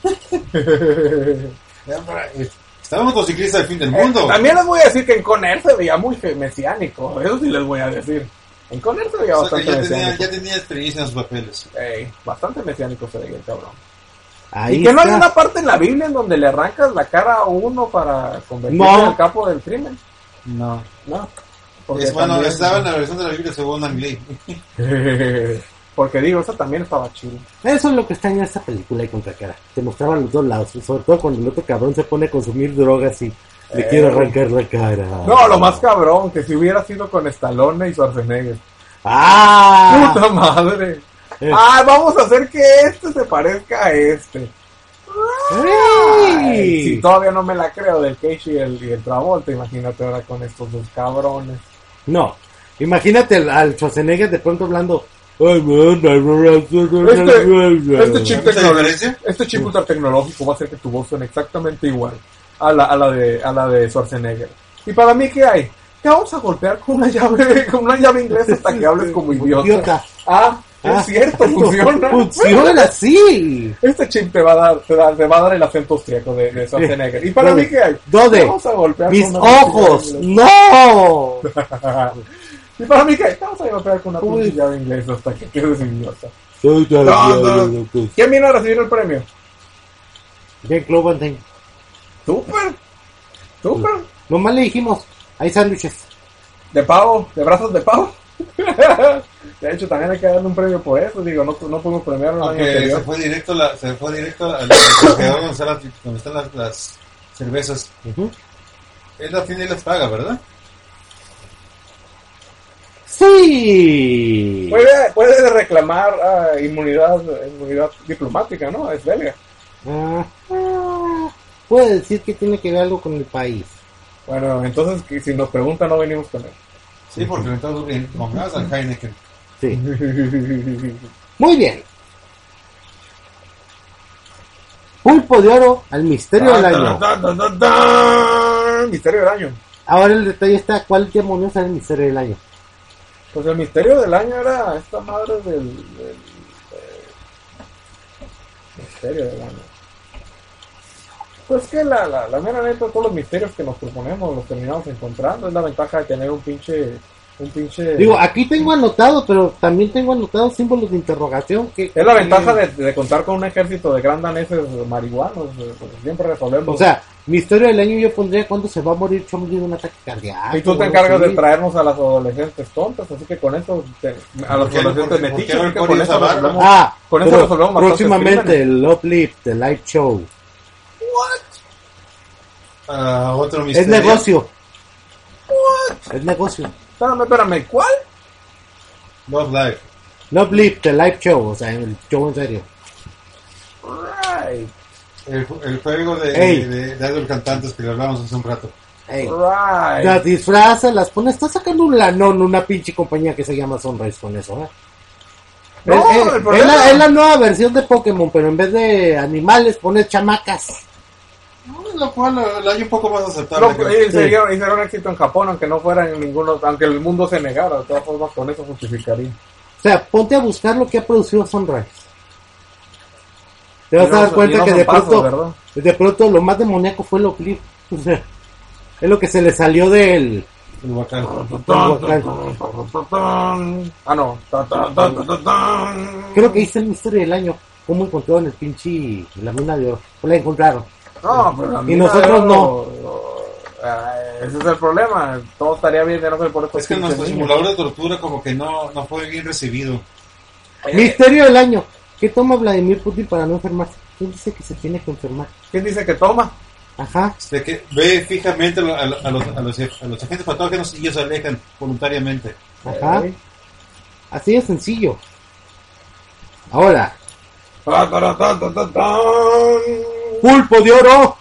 Ya, para- eh, Está un motociclista del fin del mundo.
Eh, También les voy a decir que en Conner se veía muy fe- mesiánico, eso sí les voy a decir. En Conner se veía
O sea, que
bastante
ya, tenía,
mesiánico.
ya tenía experiencia en sus papeles.
Ey, bastante mesiánico se veía el cabrón.
Ahí
y que no hay
está.
una parte en la Biblia en donde le arrancas la cara a uno para convertirse
No.
al capo del crimen.
No.
No.
Es, bueno,
también-
estaba en la versión de la Biblia según Anglí.
[LAUGHS] Porque digo, eso también estaba chido.
Eso es lo que está en esta película de contracara. Te mostraban los dos lados, sobre todo cuando el otro cabrón se pone a consumir drogas y le
Eh.
quiere arrancar la cara.
No, lo más cabrón, que si hubiera sido con Stallone y Schwarzenegger.
¡Ah!
¡Puta madre!
Eh.
¡Ah, vamos a hacer que este se parezca a este! Ay,
¡Ey!
si todavía no me la creo del Cage y el, y el Travolta, imagínate ahora con estos dos cabrones.
No, imagínate al, al Schwarzenegger de pronto hablando. "Ay, man, I don't
Este,
have
este
to-" [LAUGHS]
chip
¿Cuál es la
tecnológico,
diferencia?
este chip ultra tecnológico va a hacer que tu voz suene exactamente igual a la, a la de a la de Schwarzenegger. Y para mí qué hay? Te vamos a golpear con una llave [LAUGHS] con una llave inglesa hasta que hables como idiota.
Idiota.
Ah, es
Ah, [LAUGHS]
cierto, funciona.
Funciona, sí.
Este chip te va a dar te, da- te va a dar el acento austriaco de, de Schwarzenegger. Y para
¿Dónde?
mí qué hay?
¿Dónde?
Te vamos a golpear
Mis
con una
ojos,
pinche [LAUGHS]
no.
llave inglesa. [LAUGHS] y para mí qué hay? Te vamos a golpear con una
Uy.
pinche llave inglesa hasta que quedes idiota.
Soy tan
No, no.
diablo, pues.
¿Quién vino a recibir el premio?
Jack Clovenstein.
Super. Super.
Nomás le dijimos, hay sándwiches.
De pavo, de brazos de pavo. [LAUGHS] de hecho, también hay que darle un premio por eso. Digo, no, no pudimos premiarlo el año
Aunque se
anterior.
fue directo, la, se fue directo al al congelador donde están, las, donde están las, las cervezas.
Ujú.
Él las tiene y las paga, ¿verdad?
Sí.
Puede, puede reclamar ah, inmunidad, inmunidad diplomática, ¿no? Es belga.
Ajá. Puede decir que tiene que ver algo con el país.
Bueno, entonces, que si nos pregunta, no venimos con
Sí, porque entonces bien, pongamos al Heineken.
Sí.
él.
Muy bien. Pulpo de oro al misterio del año.
Ah, Tan, tan, tan, tan. Misterio del año.
Ahora el detalle está, ¿cuál demonios era el misterio del año?
Pues el misterio del año era esta madre del. del- eh, misterio del año. Pues que la, la, la mera neta, todos los misterios que nos proponemos los terminamos encontrando. Es la ventaja de tener un pinche. Un pinche
Digo, aquí tengo anotado, pero también tengo anotado símbolos de interrogación. Que,
es la ventaja de, de contar con un ejército de gran daneses marihuanos. eh, pues siempre resolvemos.
O sea, misterio del año yo pondría cuando se va a morir Chomli de un ataque cardíaco.
y tú
o
te
algo
encargas
así.
de traernos a las adolescentes tontas, así que con eso. te- a las
¿Por qué- por
adolescentes
qué-
metiches,
por qué
así que con
Alcoria
eso
Zavala?
resolvemos-
Ah,
Con eso
pero
resolvemos bastantes
próximamente
crímenes.
el Uplift, el Live Show.
Ah, otro
Es
misterio.
negocio. Es negocio.
Espérame, espérame, ¿cuál?
Love Life.
No blip, the live show, o sea, el show en serio.
Right,
El, ju- el juego de,
Ey.
de, de Idol Cantantes que le hablamos hace un rato.
Ey,
right.
Las disfrazas, las pones, estás sacando un lanón, una pinche compañía que se llama Sunrise con eso, ¿eh?
No,
es,
el
es-
problema-
es la, es la nueva versión de Pokémon, pero en vez de animales pones chamacas.
No, lo cual lo, lo hay un poco más aceptable.
No,
que- eh,
y eh, sería- y será un éxito en Japón, aunque no fuera en ninguno, aunque el mundo se negara, de todas formas con eso justificaría.
O sea, ponte a buscar lo que ha producido Sunrise. te vas a dar
Y
cuenta
no
que
son
de
pasos,
pronto,
¿verdad?
de pronto lo más demoníaco fue lo clip. [LAUGHS] O sea, es lo que se le salió del.
El Wakanda.
Ah, no.
Creo que hice el misterio del año. ¿Cómo encontraron el pinche. la mina de oro? O la encontraron.
No, pero la
Y
mina
nosotros
de
no.
oro, ah, Ese es el problema. Todo estaría bien de no ser por estos
Es que
pinches
nuestro
niños.
simulador de tortura como que no, no fue bien recibido.
Eh,
Misterio del año. ¿Qué toma Vladimir Putin para no enfermarse? Él dice que se tiene que enfermar.
¿Quién dice que toma?
Ajá.
De Este, que ve fijamente a, lo- a lo- a los, a, los, a los agentes patógenos y ellos se alejan voluntariamente.
Ajá.
Eh,
Así de sencillo. Ahora, pulpo de oro.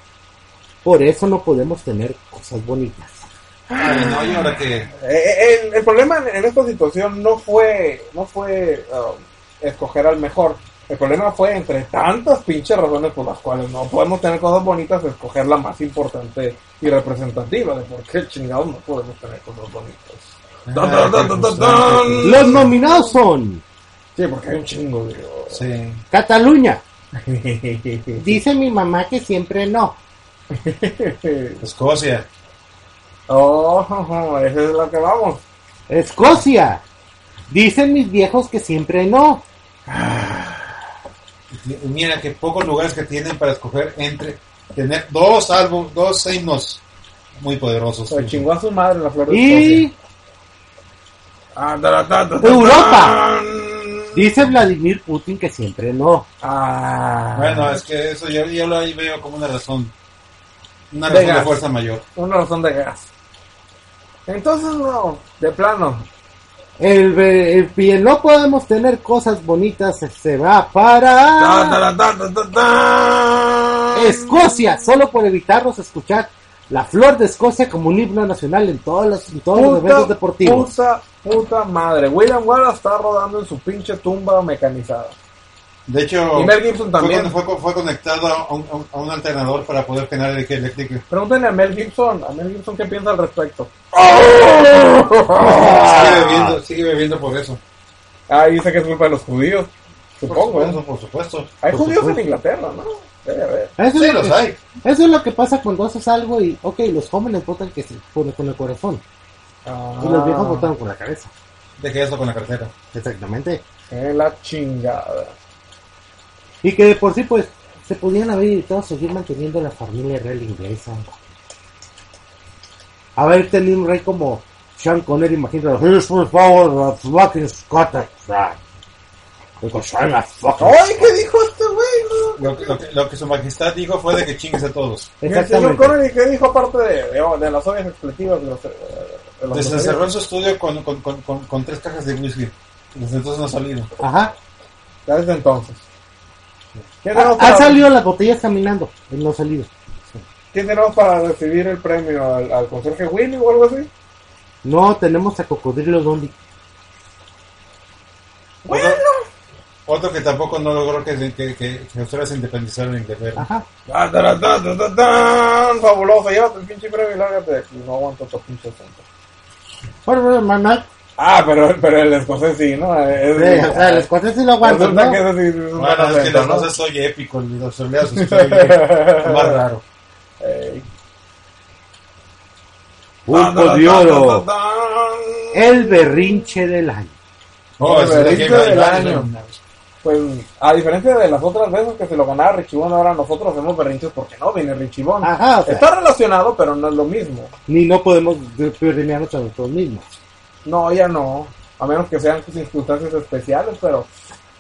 Por eso no podemos tener cosas bonitas.
Ay, no, y ahora que...
eh, El, el problema en, en esta situación no fue, no fue ah, escoger al mejor. El problema fue entre tantas pinches razones por las cuales no podemos tener cosas bonitas, escoger la más importante y representativa de por qué chingados no podemos tener cosas bonitas. Dun, dun, dun, dun, dun, dun.
Los nominados son
Sí, porque hay un chingo de...
Sí.
Cataluña. Dice mi mamá que siempre no.
Escocia.
[LAUGHS] Oh, eso es lo que vamos.
Escocia. Dicen mis viejos que siempre no.
Y Mira que pocos lugares que tienen para escoger entre tener dos álbumes, dos himnos muy poderosos.
Se chingó a su madre la flor de
Y
Escocia. Ah, da, da, da, da, da.
Europa. Dice Vladimir Putin que siempre no.
Ah.
Bueno, es que eso yo, yo lo ahí veo como una razón. Una
De
razón de,
gas.
fuerza mayor.
Una razón de gas. Entonces, no, de plano.
El, ve- el, pie no podemos tener cosas bonitas se- se va
Da, da,
para
da, da, da, da, da.
Escocia, solo por evitarnos escuchar la flor de Escocia como un himno nacional en todos los, en todos los eventos deportivos.
Puta, puta madre. William Wallace está rodando en su pinche tumba mecanizada.
De hecho,
Y Mel Gibson
fue
también.
cuando Fue, co- fue conectado a un, a un- a un alternador para poder generar energía eléctrica.
Pregúntenle a Mel Gibson. A Mel Gibson qué piensa al respecto.
Sigue, bebiendo, sigue bebiendo por eso.
Ah, dice que es culpa de los judíos.
Por
Supongo, ¿eh?
supuesto, por supuesto.
Hay
Por
judíos en
supuesto.
Inglaterra, ¿no? Debe haber.
Eso,
Sí,
es lo
los
que,
hay.
eso es lo que pasa cuando haces algo y, ok, los jóvenes votan que se pone con el corazón y los
Ah,
viejos votaron con la cabeza.
Dejé eso con la cartera.
Exactamente.
Eh, la chingada.
Y que de por sí, pues, se podían haber evitado seguir manteniendo la familia real inglesa. Haber tenido un rey como Sean Connery, imagínate, Here's my power of fucking Scottish Rite". Because I'm a fucking-
¡Ay, qué dijo este güey!
Lo, que- lo que, lo que su majestad dijo fue de que chingues a todos.
No? El señor
Exactamente.
Connery, ¿qué dijo aparte de, de, de las obvias expletivas? De los, eh, de los-
Entonces, Se encerró en su estudio con, con, con, con, con tres cajas de whisky. Desde entonces no ha salido.
Ajá.
Ya desde entonces. ¿Quién
Ha-
tenemos,
Han
para,
salido las botellas caminando en los salidos.
quién tenemos para recibir el premio? ¿Al, al conserje Willy o algo así?
No tenemos a Cocodrilo Dondi.
Bueno. Otro que tampoco no logró que, que, que, que Australia se independizara en Inglaterra.
Ajá.
¡Tan, tan, tan, tan, tan, tan! ¡Fabuloso! Llévate el pinche premio y lárgate de aquí. No aguanto estos pinches asuntos.
Bueno, bueno, hermano.
Ah, pero, pero el escocés sí, ¿no? Es,
Sí, Eh, o sea, los cuates sí lo aguantan,
Resulta
¿no?
que ese sí es un
Bueno, es que
acento,
los
¿no?
dos soy épico, el australiano es más raro.
Ey.
Pulpo de oro. El berrinche del año.
Oh,
El
es de
berrinche
Game of
del
Thrones.
año. Pues, a diferencia de las otras veces que se lo ganaba Richibón, ahora nosotros hacemos berrinches porque no viene Richibón.
Ajá, o sea.
Está relacionado, pero no es lo mismo.
Ni no podemos premiarnos a nosotros mismos.
No, ya no. A menos que sean circunstancias especiales, pero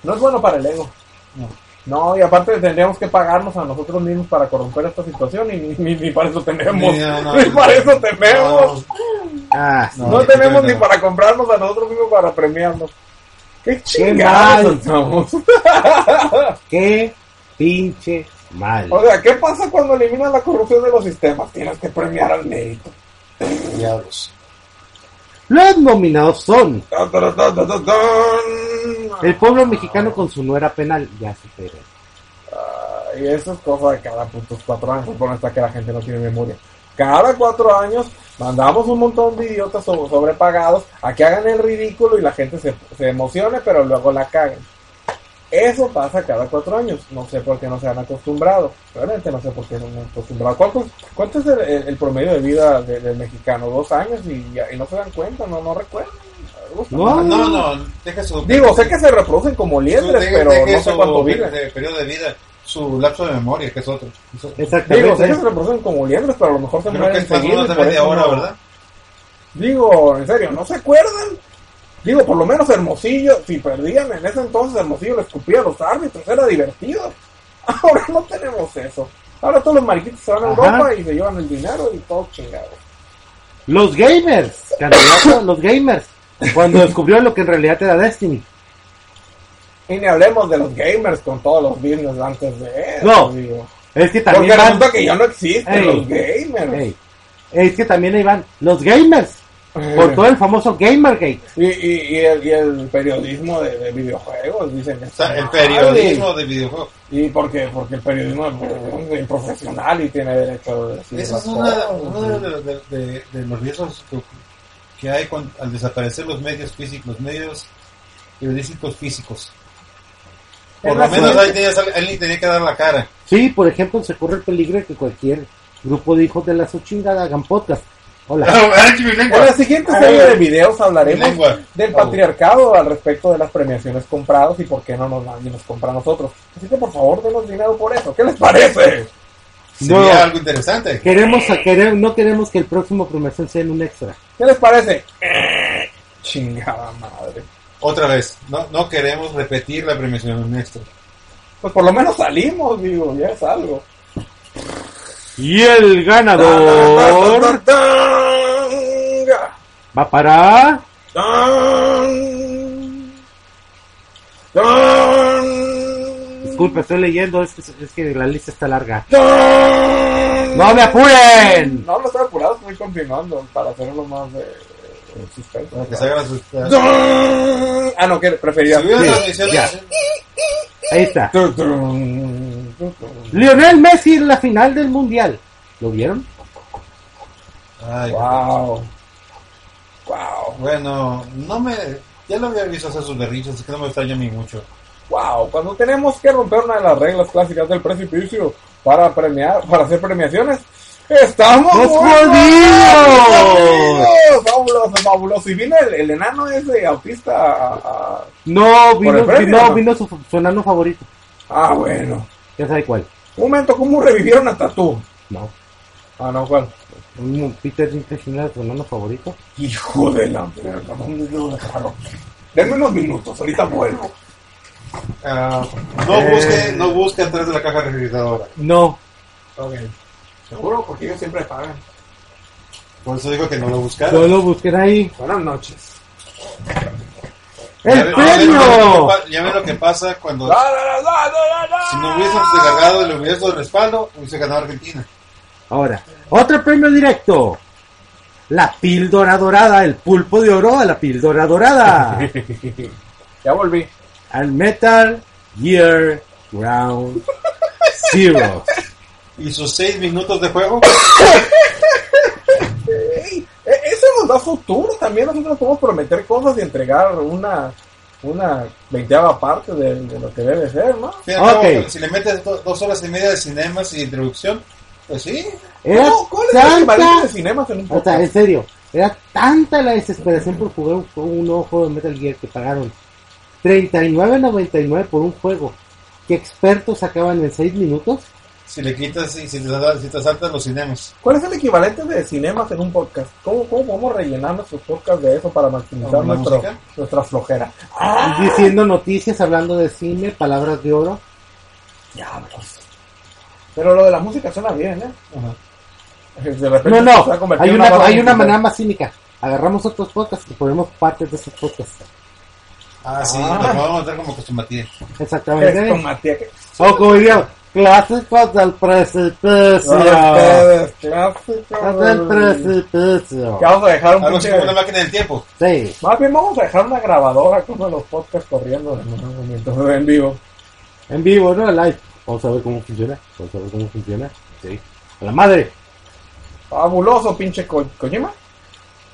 no es bueno para el ego.
No.
No, y aparte tendríamos que pagarnos a nosotros mismos para corromper esta situación y ni, ni- ni para eso tenemos. [LAUGHS] Ni,
No, no,
para
no,
eso tenemos.
no,
Ah,
no,
No,
no,
tenemos ni
no.
para comprarnos a nosotros mismos para premiarnos. Qué
mal.
chingados estamos.
qué pinche mal.
O sea, ¿qué pasa cuando eliminas la corrupción de los sistemas? Tienes que premiar al mérito.
Diablos.
Los nominados son
Tan, tan, tan, tan, tan, tan.
El pueblo mexicano con su nuera penal. Ya superé.
Y eso es cosa de cada putos cuatro años. Por hasta que la gente no tiene memoria. Cada cuatro años mandamos un montón de idiotas so- sobrepagados a que hagan el ridículo y la gente se, se emocione, pero luego la caguen. Eso pasa cada cuatro años. No sé por qué no se han acostumbrado. Realmente no sé por qué no se han acostumbrado. ¿Cuánto, cuánto es el, el- el promedio de vida de- del mexicano? ¿Dos años? Y, y no se dan cuenta, no, no recuerdan. Algo está
No.
mal.
No, no, no, deja su.
Digo, sé que se reproducen como
su-
liendres,
deja-
pero
deja
no sé
su
cuánto
per-
viven.
de periodo de vida, su lapso de memoria, que es otro. Eso-
Exactamente.
Digo, sé que se reproducen como liendres, pero a lo mejor se
Creo que
mueren
es más o
enseguida.
menos
y
de
por
media
eso
hora,
no-
¿verdad?
Digo, en serio, ¿no se acuerdan? Digo, por lo menos Hermosillo, si perdían en ese entonces, Hermosillo le escupía a los árbitros, era divertido. [LAUGHS] Ahora no tenemos eso. Ahora todos los mariquitos se van a
Ajá.
Europa y se llevan el dinero y todo chingado.
Los gamers, candidato, los gamers. Cuando descubrió lo que en realidad era Destiny.
Y ni hablemos de los gamers con todos los business antes de eso.
No,
digo.
Es que también.
Porque
van-
resulta que ya no existen
Ey.
los gamers. [LAUGHS]
Ey, es que también ahí van los gamers. Por todo el famoso Gamergate.
Y, y, y el, y el periodismo de, de videojuegos, dicen.
O sea, el periodismo de videojuegos.
Y porque, porque el periodismo es es profesional y tiene derecho a decir
Eso
las
es una-
cosas,
uno
y-
de, de- de- de los riesgos que, que hay con- al desaparecer los medios físicos, los medios periodísticos físicos. Por
Es
lo
la
menos ahí
fuente.
tenías, al- alguien tenía que dar la cara.
Sí, por ejemplo, se corre el peligro de que cualquier grupo de hijos de la su chingada hagan podcast. Hola.
En la siguiente serie de videos
Mi lengua.
hablaremos del
Oh.
patriarcado al respecto de las premiaciones compradas y por qué no nos nadie nos compra a nosotros. Así que por favor denos dinero por eso. ¿Qué les parece?
Sería
No.
algo interesante.
Queremos a querer, no queremos que el próximo promoción sea en un extra.
¿Qué les parece? Eh, Chingada madre.
Otra vez, no, no queremos repetir la premiación nuestra.
Pues por lo menos salimos, digo, ya es algo.
Y el ganador
Tanga.
va para
Tan. Tan.
Disculpa, estoy leyendo, es que, es que la lista está larga.
Tan.
¡No me apuren!
No, no estoy apurado, estoy continuando para hacerlo más de de suspenso.
Para que se hagan sus- Si
Tan. Ah, no, que prefería.
hubiera
Sí,
transmisión,
ya. Ahí está.
Tun, tun, tun, tun.
Lionel Messi en la final del mundial. ¿Lo vieron?
Ay,
Wow. Wow.
Bueno, no me. Ya lo había visto hacer sus berrinches, así que no me extraña a mí mucho.
Wow. Cuando tenemos que romper una de las reglas clásicas del precipicio para premiar, para hacer premiaciones, estamos
¡Los jodidos!
jodidos! Fabuloso, fabuloso. Y vino el, el enano ese autista a- a-
No,
¿Por
vino,
el premio,
vino,
no?
vino su, su enano favorito.
Ah, bueno.
Ya sabe cuál.
Un momento, ¿cómo revivieron a Tatú?
No.
Ah, no, ¿cuál?
Un Peter Dinklage era su enano favorito.
Hijo de la verga, ¿dónde debo dejarlo? Denme unos minutos, ahorita vuelvo.
Ah, no
Eh.
busque, no busque atrás de la caja refrigeradora.
No.
Ok. Seguro, porque ellos siempre pagan.
Por eso digo que no lo buscara.
No lo busquen ahí.
Buenas noches.
Ya
¡El
ve- ya ve lo
premio!
que pa- Ya ve lo que pasa cuando.
¡La, la, la, la, la, la, la!
Si no hubiésemos descargado el universo de respaldo, hubiese ganado Argentina.
Ahora, otro premio directo. La píldora dorada, el pulpo de oro a la píldora dorada.
[LAUGHS] Ya volví.
Al Metal Gear Ground
[LAUGHS]
Zero.
Y sus seis minutos de juego,
Ey, e- eso nos da futuro también. Nosotros podemos prometer cosas y entregar una, una veinteava parte de, de lo que debe ser, ¿no?
fíjate,
Ok.
si le metes do- dos horas y media de cinemas y introducción, pues sí.
Era
¿Cómo- ¿Cuál es el equivalente de
tanta,
cinemas en un
o sea,
podcast?
en serio, era tanta la desesperación por jugar un, juego- un nuevo juego de Metal Gear que pagaron 39.99 por un juego que expertos sacaban en 6 minutos.
Si le quitas y si te, sal- si te saltas los cinemas.
¿Cuál es el equivalente de cinemas en un podcast? ¿Cómo, cómo podemos rellenar nuestros podcasts de eso para maximizar
¿Con la
nuestro,
música?
nuestra flojera? Ah.
Diciendo noticias, hablando de cine, palabras de oro.
Diablos. Pero lo de la música suena bien, ¿eh?
Ajá.
De repente
No,
se va a
no,
convertir
hay
en
una,
barra
hay una
musical. [LAUGHS]
manera más cínica. Agarramos otros podcasts y ponemos partes de esos podcasts.
Ah, sí,
Ah.
nos vamos a meter como costumatía.
Exactamente.
Esto, Matías, que-
O como diría, clases para el precipicio.
Ustedes, clásico.
Para el precipicio.
Que vamos a dejar un
Algo así
pinche-
como una máquina del tiempo.
Sí.
Más bien vamos a dejar una grabadora con uno de los podcasts corriendo de nuevo mientras se ve en vivo.
En vivo, ¿no? Live. Vamos a ver cómo funciona. Vamos a ver cómo funciona. Sí. A la madre.
Fabuloso, pinche Ko- Kojima.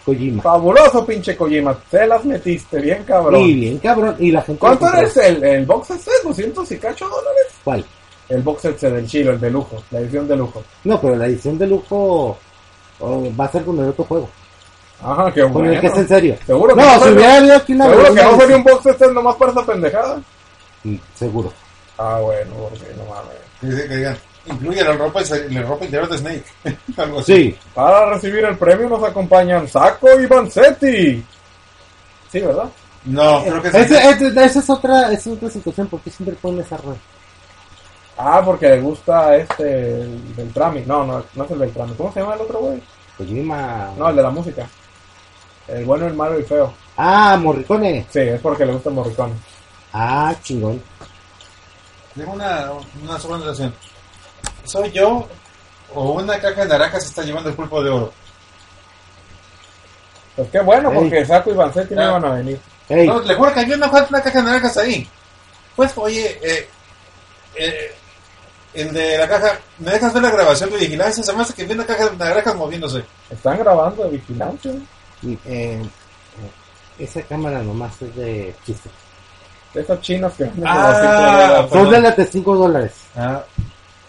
Kojima.
Fabuloso pinche Kojima. Te las metiste, bien cabrón.
Y bien, cabrón. Y la gente.
¿Cuánto
lo compró.
es el, el box set? ¿200 y cacho dólares?
¿Cuál?
El box set del chilo, el de lujo, la edición de lujo.
No, pero la edición de lujo oh, va a ser con el otro juego.
Ajá, qué
Con el
bueno.
que es en serio.
Seguro que
no,
no
si
salió.
hubiera habido aquí una
Seguro que
versión-
no sería un box set nomás para esa pendejada.
Mm, Seguro.
Ah, bueno, porque no mames.
Dice que digan, incluye la ropa, la ropa interior de Snake. [LAUGHS] Algo así.
Sí.
Para recibir el premio nos acompañan Saco y Vanzetti. Sí, ¿verdad?
No, creo que
Ese- ese- Esa es otra, es otra situación porque siempre ponen esa red.
Ah, porque le gusta este, el Beltrami. No, no, no es el Beltrami. ¿Cómo se llama el otro güey?
Kojima.
No, el de la música. El bueno, el malo y el feo.
Ah, Morricone.
Sí, es porque le gusta Morricón.
Ah, chingón.
Tengo una, una sola relación. ¿Soy yo o una caja de naranjas está llevando el pulpo de oro?
Pues qué bueno,
Ey.
porque Saco y Vanzetti no
Ah.
iban a venir.
Ey,
No, le juro que había una, una caja de naranjas ahí. Pues, oye, eh, eh, el de la caja, ¿me dejas ver la grabación de vigilancia? Se me hace que vi una caja de naranjas moviéndose.
Están grabando de vigilancia.
y, eh, esa cámara nomás es de chiste.
De esas chinas que venden
Ah,
por
Son
Perdón.
de las de 5 dólares.
Ah,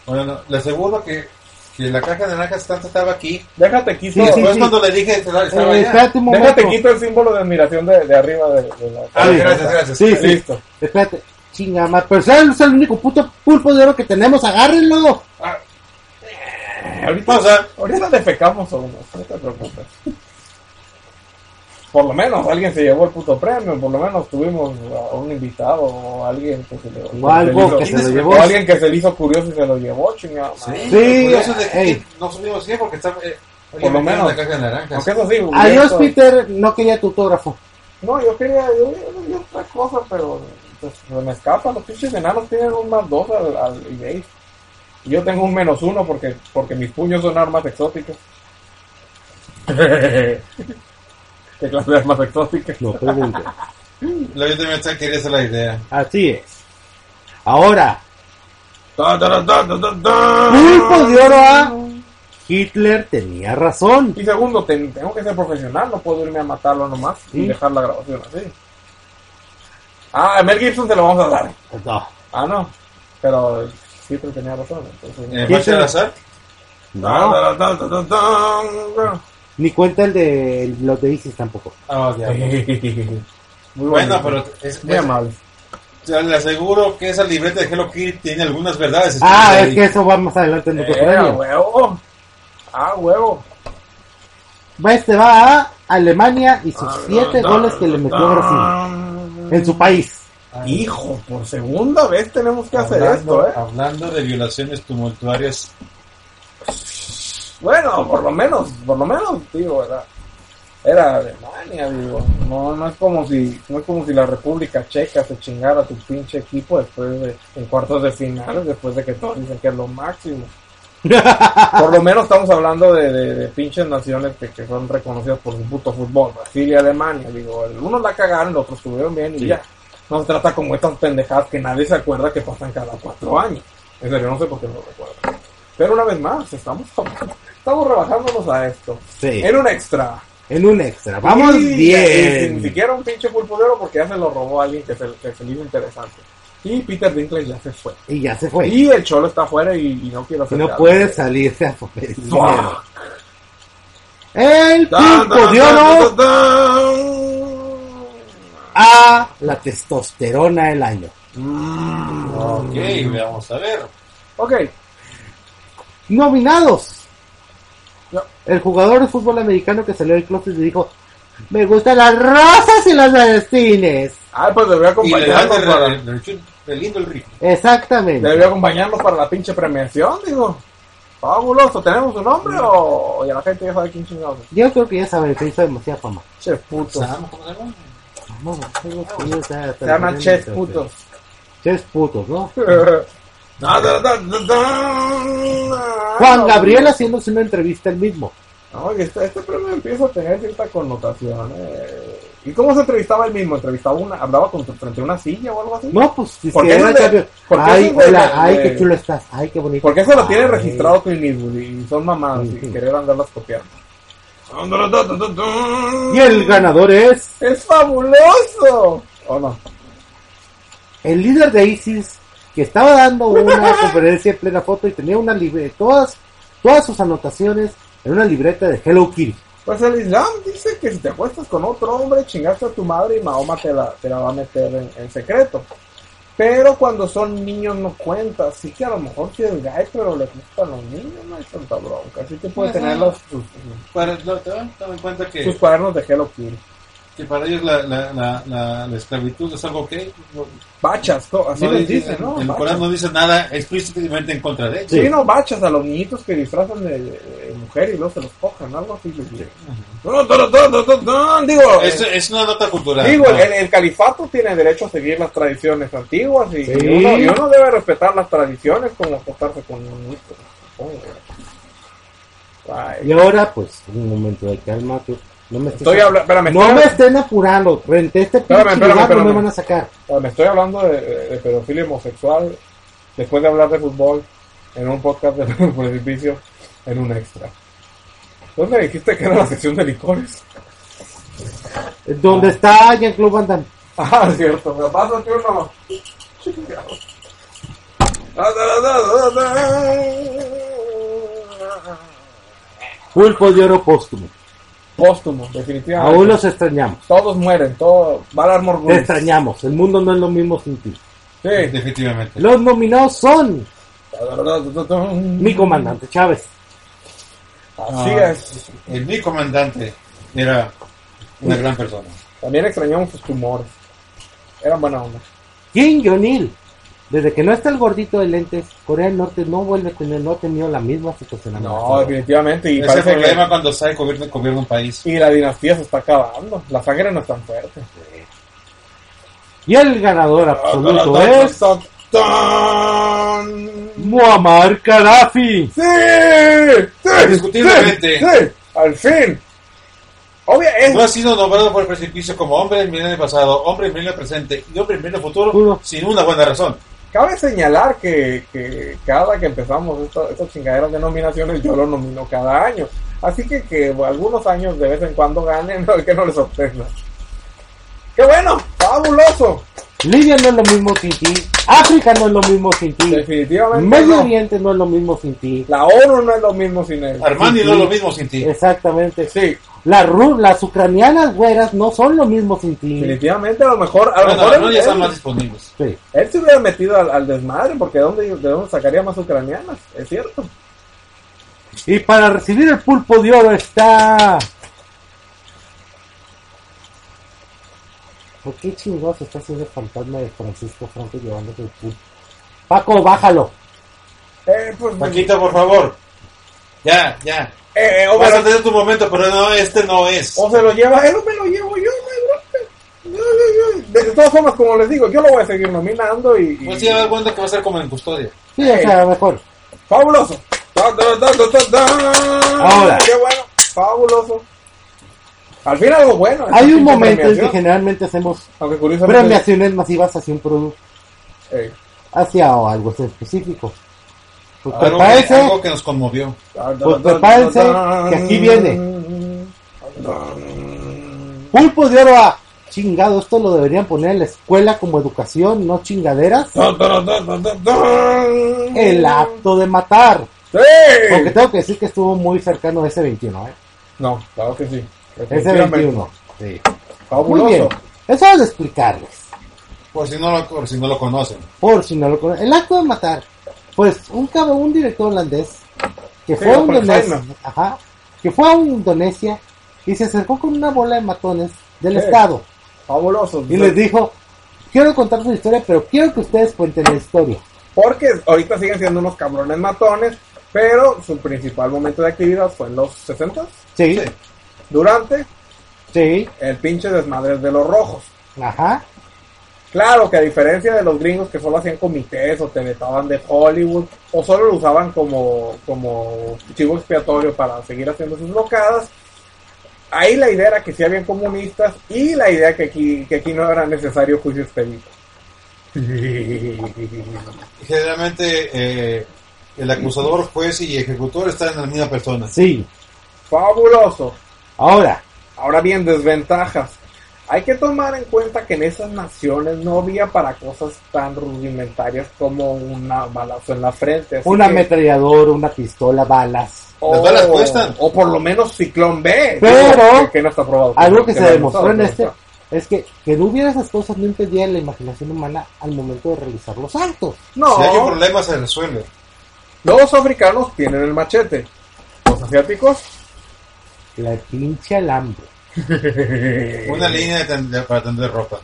bueno, no, le aseguro que, que la caja de naranjas tanto estaba aquí.
Déjate quito,
Sí, sí,
Después
sí.
cuando le dije, estaba estaba
Eh,
allá.
espérate un momento.
déjate quito el símbolo de admiración de, de arriba de, de la.
Ah,
Sí.
gracias, gracias.
Sí, sí.
Listo.
Espérate. Chinga más. Pero ese es el único puto pulpo de oro que tenemos. Agárrenlo.
Ah,
Eh, Ahorita,
pausa.
ahorita defecamos a uno, no te preocupes. Por lo menos alguien se llevó el puto premio, por lo menos tuvimos a un invitado o alguien que se le
O algo que
se le
se
hizo-
lo
o
llevó.
alguien que se le hizo curioso y se lo llevó, chingada.
Sí,
madre.
Sí,
por eso de que
ey.
no subimos bien porque está... eh,
Por lo
oye,
menos.
La caja de naranjas.
Aunque eso sí, hubiera
Adiós,
estado-
Peter. No quería tu autógrafo.
No, yo quería, yo yo quería otra cosa, pero pues, se me escapa. Los pinches enanos tienen un más dos al, al eBay. Y yo tengo un menos uno porque, porque mis puños son armas exóticas. [LAUGHS] ¿Qué clase de armas exóticas?
No pregunte.
Lo yo también está- quería hacer la idea. Eh,
Así es. Ahora,
Tan, tan, tan, tan, tan, tan.
pulpo de oro ¿ah? a Hitler tenía razón.
Y segundo, ten- tengo que ser profesional, no puedo irme a matarlo nomás y
Sí.
dejar la grabación así. Ah, a Mel Gibson se lo vamos a dar.
No,
Ah, no. Pero siempre tenía razón. Entonces,
Eh,
¿Quién
Bashar
se-
Azar,
no.
Muy
Ni cuenta el de los de ISIS tampoco.
Ah,
[LAUGHS]
ya.
bonito. Eh,
Bueno, pero es,
Muy
es-
amable.
ya le aseguro que esa libreta de Hello Kitty tiene algunas verdades. escritas
Ah, es
ahí.
que eso va más adelante en otro
Eh, a
premio.
huevo. Ah, huevo.
Va Este va a Alemania y sus
Ah,
siete
no,
goles
no,
que le metió
no.
Brasil en su país.
Ah,
Hijo, por segunda vez tenemos que hacer
hablando,
esto, ¿eh?
Hablando de violaciones tumultuarias,
Bueno, por lo menos, por lo menos, digo, era, era Alemania, digo. No, no es como si, no es como si la República Checa se chingara a tu pinche equipo después de, en cuartos de final, después de que todos dicen que es lo máximo. Por lo menos estamos hablando de, de- de pinches naciones que, que son reconocidas por su puto fútbol, Brasil y Alemania, digo, el- unos la cagaron, los otros estuvieron bien y
Sí.
ya. No se trata como estas pendejadas que nadie se acuerda que pasan cada cuatro años. En serio, no sé por qué no lo recuerdo. Pero una vez más, estamos, estamos rebajándonos a esto.
Sí.
En un extra.
En un extra. Vamos
Y- y Sin
bien.
siquiera un pinche pulpo de oro porque ya se lo robó alguien que se, que se le hizo interesante. Y Peter Dinklage ya se fue.
Y ya se fue.
Y el cholo está afuera y, y no quiero
Y
hacer
Pues. no
nada.
puede salirse a
Fuck.
El pulpo de oro a la testosterona del año.
ok,
Mm.
vamos a ver.
Ok,
Nominados.
No.
El jugador de fútbol americano que salió del closet y dijo, me gustan las rosas y las celestines.
ah, pues debió
Y le dan
acompañarnos
el,
para,
el- el chute de lindo el rico. Pues,
Exactamente.
debió acompañarnos para la pinche premiación, digo. Fabuloso, ¿tenemos un nombre o o ya la gente ya sabe quién chingados es?
Yo creo que ya saben, se hizo demasiada fama.
Chef putos.
Pues,
Sam, ah, ¿cómo se llama?
No, no, no, no, no, está- está
Se llaman
bien,
chef
está-
putos.
Chefs putos, ¿no?
[LAUGHS] Juan Ah,
Juan Gabriel haciéndose una entrevista él mismo.
No, y este, este premio empieza a tener cierta connotación. eh. ¿Y cómo se entrevistaba él mismo? ¿Entrevistaba una, hablaba con, frente a una silla o algo así?
No, pues si
¿Por
si
qué
era
no le-
cambio.
por qué
Ay,
no le-
hola,
le-
ay, qué chulo estás. Ay, qué bonito.
Porque eso lo tiene
Ay.
registrado Clint Eastwood y son mamadas y
Ujú.
querer andarlas copiando.
Y el ganador es
¡Es fabuloso! ¿O no?
el líder de ISIS que estaba
[LAUGHS]
dando una conferencia en plena foto y tenía una libre todas todas sus anotaciones en una libreta de Hello Kitty.
Pues el Islam dice que si te acuestas con otro hombre, chingaste a tu madre y Mahoma te la, te la va a meter en, en secreto. Pero cuando son niños no cuenta, así que a lo mejor si es gay, pero le gustan los niños, no hay tanta bronca. Así que puede
Ajá.
tener los, sus,
Para, no, te vas a dar cuenta
sus
pues,
que,
cuadernos de Hello Kitty.
que para ellos la, la, la, la, la esclavitud es algo que no-
Bachas, ¿no? así
no
les
dice-
dicen, ¿no?
El
Bachas.
Corán no dice nada explícitamente en contra de ellos.
Sí, no, bachas a los niñitos que disfrazan de, de mujer y luego se los cojan, algo así. les dicen. No, no, no, no, no, no, no, Digo,
Es,
eh,
es una nota cultural.
digo eh,
¿no?
el, el califato tiene derecho a seguir las tradiciones antiguas y,
Sí.
y uno, y uno debe respetar las tradiciones como acostarse con un niñito. supongo. Ay,
Y ahora, pues, un momento de calma. que no me estés-
Estoy hablando, espérame,
No
estoy-
me estén apurando. Renté este pinche
Espérame, espérame,
lugar, no me
espérame.
van a sacar.
me estoy hablando de, de pedofilia homosexual después de hablar de fútbol en un podcast de [LAUGHS] precipicio en un extra. ¿Dónde dijiste que era la sección de licores?
Donde está Jean-Claude Van Damme.
Ah, cierto, me paso turno.
Pulpo de oro póstumo.
Póstumo, definitivamente.
Aún los extrañamos.
Todos mueren, todo. Valar Morghulis.
Te extrañamos. El mundo no es lo mismo sin ti.
Sí.
Definitivamente.
Los nominados son
Mm.
mi comandante Chávez.
Así
Ah,
es.
El mi comandante era una gran persona.
También extrañamos sus tumores. Eran buena onda.
Kim Jong-il. Desde que no está el gordito de lentes, Corea del Norte no vuelve a tener, no ha tenido la misma situación.
No,
amenazadora.
definitivamente. Y,
Ese es el
parece que-
problema cuando SAE gobierna, gobierna un país.
y la dinastía se está acabando. La sangre no es tan fuerte.
Y el ganador absoluto es
¡Tan!
Muammar Gaddafi.
¡Sí! ¡Sí!
Ah, Indiscutiblemente.
¡Sí! ¡Sí! ¡Al fin! Obvia, es,
No ha sido nombrado por el precipicio como hombre del milenio pasado, hombre del milenio presente y hombre del milenio futuro
Puro.
sin una buena razón.
cabe señalar que, que cada que empezamos esta- estas chingaderas de nominaciones, yo lo nomino cada año. Así que que algunos años de vez en cuando ganen, [LAUGHS] no, que no les sorprenda. ¡Qué bueno! ¡Fabuloso!
Libia no es lo mismo sin ti. África no es lo mismo sin ti.
Definitivamente.
Medio
no.
Oriente no es lo mismo sin ti.
La ONU no es lo mismo sin él.
Armani
Sí,
no es
sí.
lo mismo sin ti.
Exactamente.
Sí,
Las ru- las ucranianas güeras no son lo mismo sin ti.
definitivamente a lo mejor. A lo
Bueno,
mejor
Armani
él-
ya están
él-
más disponibles.
Sí.
Él se hubiera metido al, al desmadre, porque ¿de dónde, ¿de dónde sacaría más ucranianas? Es cierto.
Y para recibir el pulpo de oro está. ¿Por qué chingados está haciendo el fantasma de Francisco Franco llevándose el pulpo? Paco, bájalo.
Eh, pues,
Paquita, por favor. Ya, ya.
eh, eh, o, me
Vas a
lo,
tener tu momento, pero no, este no es.
o se lo lleva él o me lo llevo yo, no hay bronca. Yo, yo, yo. De todas formas, como les digo, yo lo voy a seguir nominando y. y-
Pues sí, a dar cuenta que va a ser como en custodia.
Sí, o
Ey.
sea, mejor.
¡Fabuloso! ¡Tan, tan, tan, tan, tan, tan!
Ahora.
¡Qué bueno! ¡Fabuloso! Al fin algo bueno. esta
Hay un
pinche
momento en que
premiación.
generalmente hacemos
Aunque curiosamente.
premiaciones masivas hacia un producto,
Eh,
hacia algo en específico. Pues
Algo que,
prepárense.
algo que nos conmovió.
tan, tan,
Pues
tan,
prepárense,
tan,
que aquí
tan,
viene.
tan.
Pulpo de oro a chingado, esto lo deberían poner en la escuela como educación, no chingaderas.
Dun, dun, dun, dun, dun, dun.
El acto de matar. Porque
¡Sí!
tengo que decir que estuvo muy cercano a ese 21, ¿eh?
No, claro que sí.
Ese 21. Sí. Muy bien.
Fabuloso.
Eso es de explicarles.
Por si no lo, por si no lo conocen.
Por si no lo conocen. El acto de matar. Pues un cab- un director holandés que
Sí,
fue a
Oppenheimer.
Indonesia. Ajá. Que fue a Indonesia y se acercó con una bola de matones del
Sí.
Estado.
Fabuloso.
Y les dijo, quiero contar su historia, pero quiero que ustedes cuenten la historia.
Porque ahorita siguen siendo unos cabrones matones, pero su principal momento de actividad fue en los 60
Sí,
durante
sí,
el pinche desmadre de los rojos.
ajá.
Claro que a diferencia de los gringos que solo hacían comités o te vetaban de Hollywood o solo lo usaban como, como chivo expiatorio para seguir haciendo sus locadas, ahí la idea era que sí habían comunistas y la idea que aquí, que aquí no era necesario juicio expedito.
Generalmente eh, el acusador, juez y ejecutor están en la misma persona.
Sí.
Fabuloso.
Ahora,
Ahora bien, desventajas. Hay que tomar en cuenta que en esas naciones no había para cosas tan rudimentarias como una balazo en la frente. así
una
que-
ametralladora, una pistola, balas.
o-
Las balas cuestan.
O por lo menos ciclón B.
Oh. Pero-
digo, que, que no está probado.
Algo que se
no ha
demostró en
usado,
este
pero
es que que no hubiera esas cosas no impedía la imaginación humana al momento de realizar los actos.
No,
Si hay un problema, se resuelve.
los africanos tienen el machete. Los asiáticos. [LAUGHS]
La pinche alambre.
Una línea de tender- para tender ropa.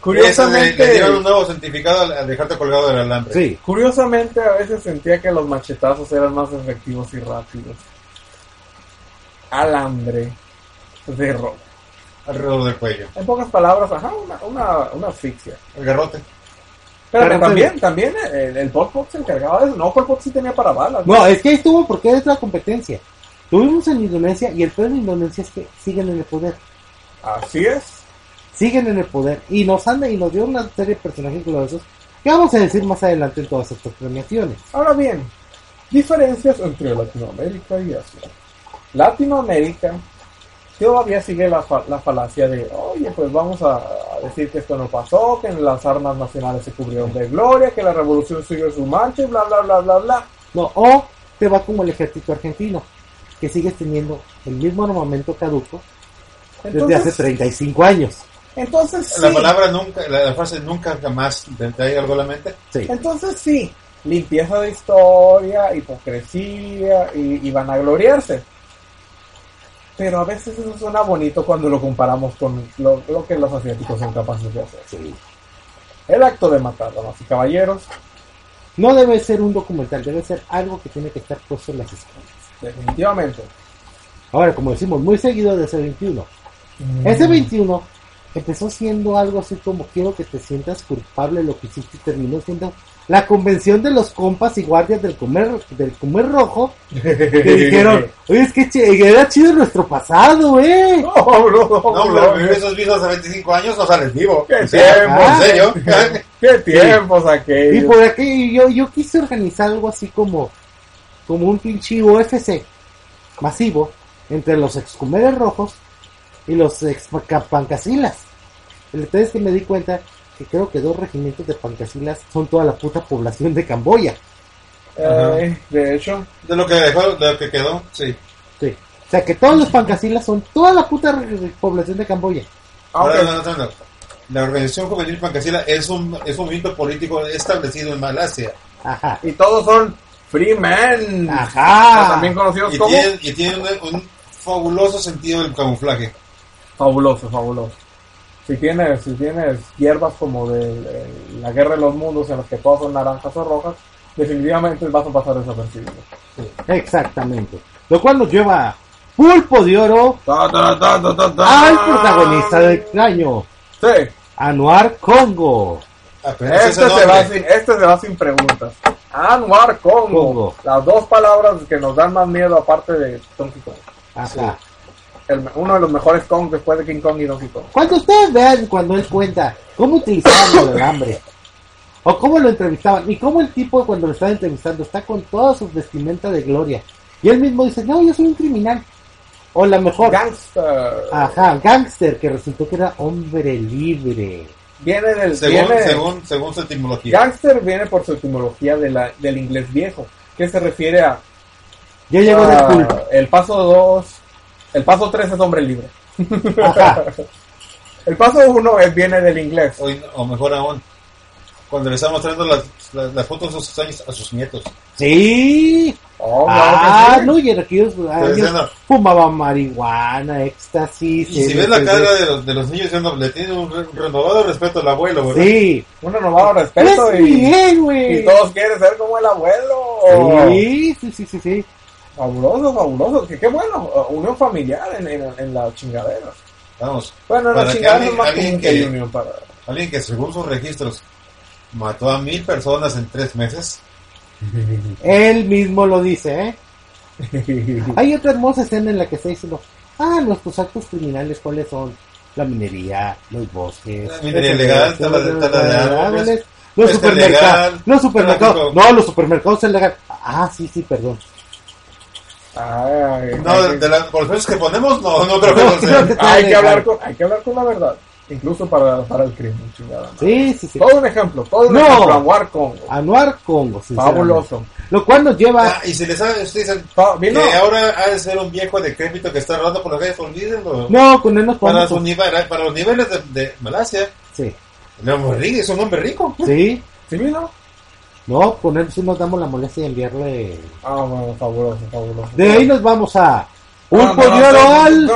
Curiosamente.
Eso le, le dieron un nuevo certificado al, al dejarte colgado del alambre.
Sí.
Curiosamente a veces sentía que los machetazos eran más efectivos y rápidos. Alambre de ropa.
Alrededor del cuello.
En pocas palabras, ajá, una, una, una asfixia.
El garrote.
Pero,
Pero
también, también eh, el, el Pol Pot se encargaba de eso. No, Pol Pot sí tenía para balas.
No, es que ahí estuvo porque es la competencia. Tuvimos en Indonesia y el peor de Indonesia es que siguen en el poder.
Así es.
Siguen en el poder. Y nos anda y nos dio una serie de personajes gloriosos que vamos a decir más adelante en todas estas premiaciones.
Ahora bien, diferencias entre Latinoamérica y Asia. Latinoamérica todavía sigue la, fa- la falacia de, oye, pues vamos a, a decir que esto no pasó, que las armas nacionales se cubrieron de gloria, que la revolución siguió su marcha y bla, bla, bla, bla, bla.
No, o te va como el ejército argentino, que sigues teniendo el mismo armamento caduco desde hace
Entonces,
35 años.
entonces
La
sí.
palabra nunca, la, la frase nunca jamás te trae algo a la mente.
Sí.
Entonces sí, limpieza de historia, hipocresía y, y van a gloriarse. Pero a veces eso suena bonito cuando lo comparamos con lo, lo que los asiáticos son capaces de hacer.
Sí.
El acto de matar, damas y caballeros,
No debe ser un documental, debe ser algo que tiene que estar puesto en las escuelas.
definitivamente.
Ahora, como decimos, muy seguido de ese 21.
Mm.
Ese [LAUGHS] 21 empezó siendo algo así como quiero que te sientas culpable de lo que hiciste y terminó siendo la convención de los compas y guardias del comer, del comer rojo
[LAUGHS]
que dijeron, oye, es que chi- era chido nuestro pasado, eh.
No, no, no,
No,
no,
pero vivir esos vivos a 25 años no sales vivo.
Qué
O sea,
tiempo.
¿En
[LAUGHS]
serio?
¡Qué tiempos
Y
aquellos!
por aquí yo, yo quise organizar algo así como, como un pinche UFC masivo entre los excumeres rojos y los ex panca- pancasilas. El detalle es que me di cuenta que creo que dos regimientos de pancasilas son toda la puta población de Camboya.
Ay, Eh, de hecho,
De lo que dejó, de lo que quedó, sí.
Sí. O sea que todos los pancasilas son toda la puta re- re- población de Camboya.
Ahora,
aunque-
no, no, no. La organización juvenil Pancasila es un, es un movimiento político establecido en Malasia.
Ajá.
y todos son free men.
Ajá.
O También conocidos
Y
como...
tiene, y tiene un, un fabuloso sentido del camuflaje.
Fabuloso, fabuloso. Si tienes, si tienes hierbas como de, eh, la guerra de los mundos en las que todas son naranjas o rojas, definitivamente vas a pasar desapercibido.
Exactamente. Lo cual nos lleva pulpo de oro
Ta, ta, ta, ta, ta, ta.
al protagonista del año,
Sí,
Anuar Congo.
Apenas
este se, va sin, este se va sin preguntas. Anwar Congo.
Congo.
Las dos palabras que nos dan más miedo aparte de Donkey Kong.
Ajá.
El- uno de los mejores Kong después de King Kong y Donkey Kong.
Cuando ustedes vean, cuando él cuenta cómo utilizaban el alambre, o cómo lo entrevistaban, y cómo el tipo cuando lo están entrevistando está con toda su vestimenta de gloria, y él mismo dice, no, yo soy un criminal, o la mejor,
Gangster.
ajá, gángster, que resultó que era hombre libre.
Viene del...
Según,
viene-
según, según su etimología.
Gangster viene por su etimología de la- del inglés viejo, que se refiere a
Yo llego
Ah,
del culpa.
El paso 2. El paso 3 es hombre libre. [LAUGHS]
Ajá.
El paso 1 viene del inglés.
O, o mejor aún, cuando le está mostrando las, las, las fotos de sus años a sus nietos.
Sí.
Oh, claro que
Ah,
sí.
no, y era que ellos,
Pero
ellos
ese no.
fumaban marihuana, éxtasis. eh,
Y si ves la
LSD.
cara de los, de los niños diciendo, le tiene un re- renovado respeto al abuelo, ¿verdad?
Sí.
Un renovado respeto
Es mi
y,
héroe.
y todos quieren ser como el abuelo.
Sí, sí, sí, sí, sí.
Fabuloso, fabuloso. Que qué bueno. uh, Unión familiar en, en, en las chingaderas.
Vamos,
Bueno, en
Para
las
que
chingaderas
alguien-
es más
alguien
común que,
que-
el unión para.
alguien que según sus registros mató a mil personas en tres meses.
Él mismo lo dice, ¿eh? Hay otra hermosa escena en la que está diciendo, ah, nuestros actos criminales, ¿cuáles son? La minería, los bosques.
La minería ilegal,
la
tala de- tala de árboles,
los
pesca
supermercados.
ilegal,
Los supermercados.
tráfico.
No, los supermercados es legal. Ah, sí, sí, perdón.
[LAUGHS] Ay,
No,
hay
de,
que-
las bolsones que ponemos, no, no creo que lo sea.
hay que hablar con, hay que hablar con la verdad, incluso para, para el crimen, chingada. madre.
Sí, sí, sí.
Todo un ejemplo, todo un
No. Ah,
ejemplo, Anuar Congo.
Anuar Congo, sinceramente.
Fabuloso.
Lo cual nos lleva.
Ah, y si les sabe, ustedes dicen
Pa-
que
vino-
ahora ha de ser un viejo decrépito que está rodando por las calles, olvídenlo.
No, con él nos
para,
podemos.
su nivel- eh, para los niveles de, de Malasia,
Sí,
el hombre rico es un hombre rico.
sí.
¿Sí vino?
No, con él sí nos damos la molestia de enviarle.
Ah, bueno, fabuloso, fabuloso.
De ahí nos vamos a. Un
Ah, no,
puñuelo
no,
al
no.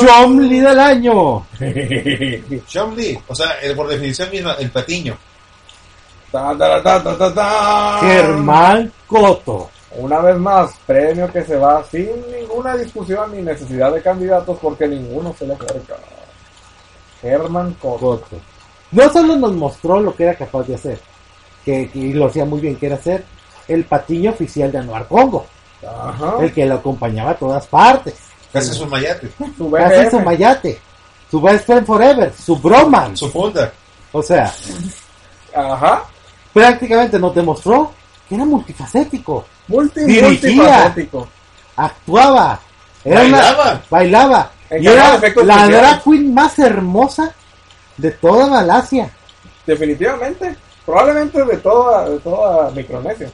Chomli del año.
Chomli, o sea, el- por definición misma, el patiño.
[LAUGHS] Ta, ta, ta, ta, ta, ta.
Germán Coto.
Una vez más, premio que se va sin ninguna discusión ni necesidad de candidatos porque ninguno se le acerca. Herman Coto.
Coto. No solo nos mostró lo que era capaz de hacer, que, y lo hacía muy bien, que era ser el patiño oficial de Anuar Congo,
Ajá.
el que lo acompañaba a todas partes.
Casi es un mayate.
Su
Casi
BFF.
su mayate, su best friend forever, su broman.
Su funda.
O sea,
Ajá.
prácticamente nos demostró que era multifacético,
Multi,
Dirigía.
multifacético.
actuaba, era una-
Bailaba.
bailaba, y
Encargado de
era
efectos
la
especiales.
drag queen más hermosa de toda Malasia.
Definitivamente. Probablemente de toda, de toda Micronesia.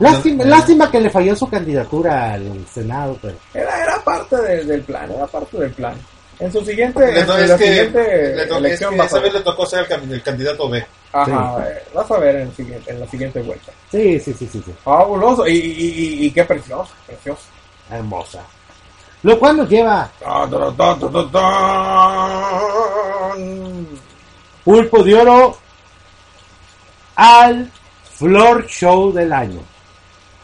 Lástima,
No, no.
lástima que le falló su candidatura al Senado, pero
Era, era parte de- del plan, era parte del plan. En su siguiente,
Le
en
to-
la
es que,
siguiente
le to- es
elección
que
vas a
esa vez
ver.
le tocó ser el, cam- el candidato B.
Ajá, eh, vas a ver en, el siguiente- en la siguiente vuelta. Ah,
sí, sí, sí, sí. sí.
Fabuloso. Y, y, y- y qué precioso, precioso.
hermosa. Lo cual nos lleva
Ta, ta, ta, ta, ta, ta.
pulpo de oro al Flor Show del año.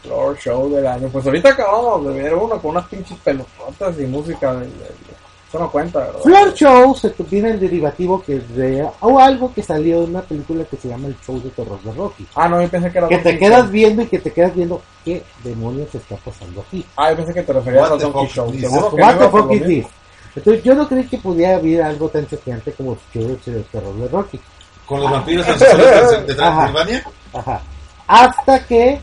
Floor show del año. Pues ahorita acabamos de ver uno con unas pinches pelototas y música. de- de- de- Eso no cuenta, ¿verdad?
Flor Show se tiene el derivativo que de, o algo que salió de una película que se llama El Show de Terror de Rocky.
Ah, no, yo pensé que era
Que te
Donkey
quedas
Show.
viendo y que te quedas viendo qué demonios está pasando aquí.
Ah, yo pensé que te referías
What
a
the
Donkey
fuck
Show.
is
Seguro que no
What the
iba por
fuck
lo
is
mismo.
this? Entonces yo no creí que pudiera haber algo tan choqueante como el show de terror de Rocky.
Con
Ah.
los vampiros ancestrales de- de Transilvania.
Ajá. Hasta que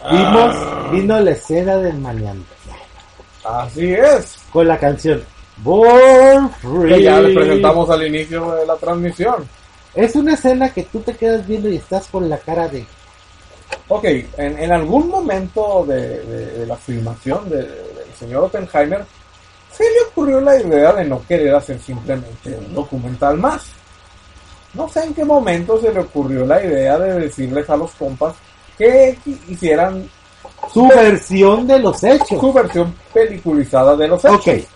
Ah.
vimos, vino la escena del maleante.
Así es.
con la canción Born Free.
Que ya les presentamos al inicio de la transmisión.
Es una escena que tú te quedas viendo y estás con la cara de.
Ok, en, en algún momento de, de- de la filmación de- de- del señor Oppenheimer, se le ocurrió la idea de no querer hacer simplemente un documental más. No sé en qué momento se le ocurrió la idea de decirles a los compas que qui- hicieran
Su versión de los hechos.
su versión peliculizada de los hechos.
Ok.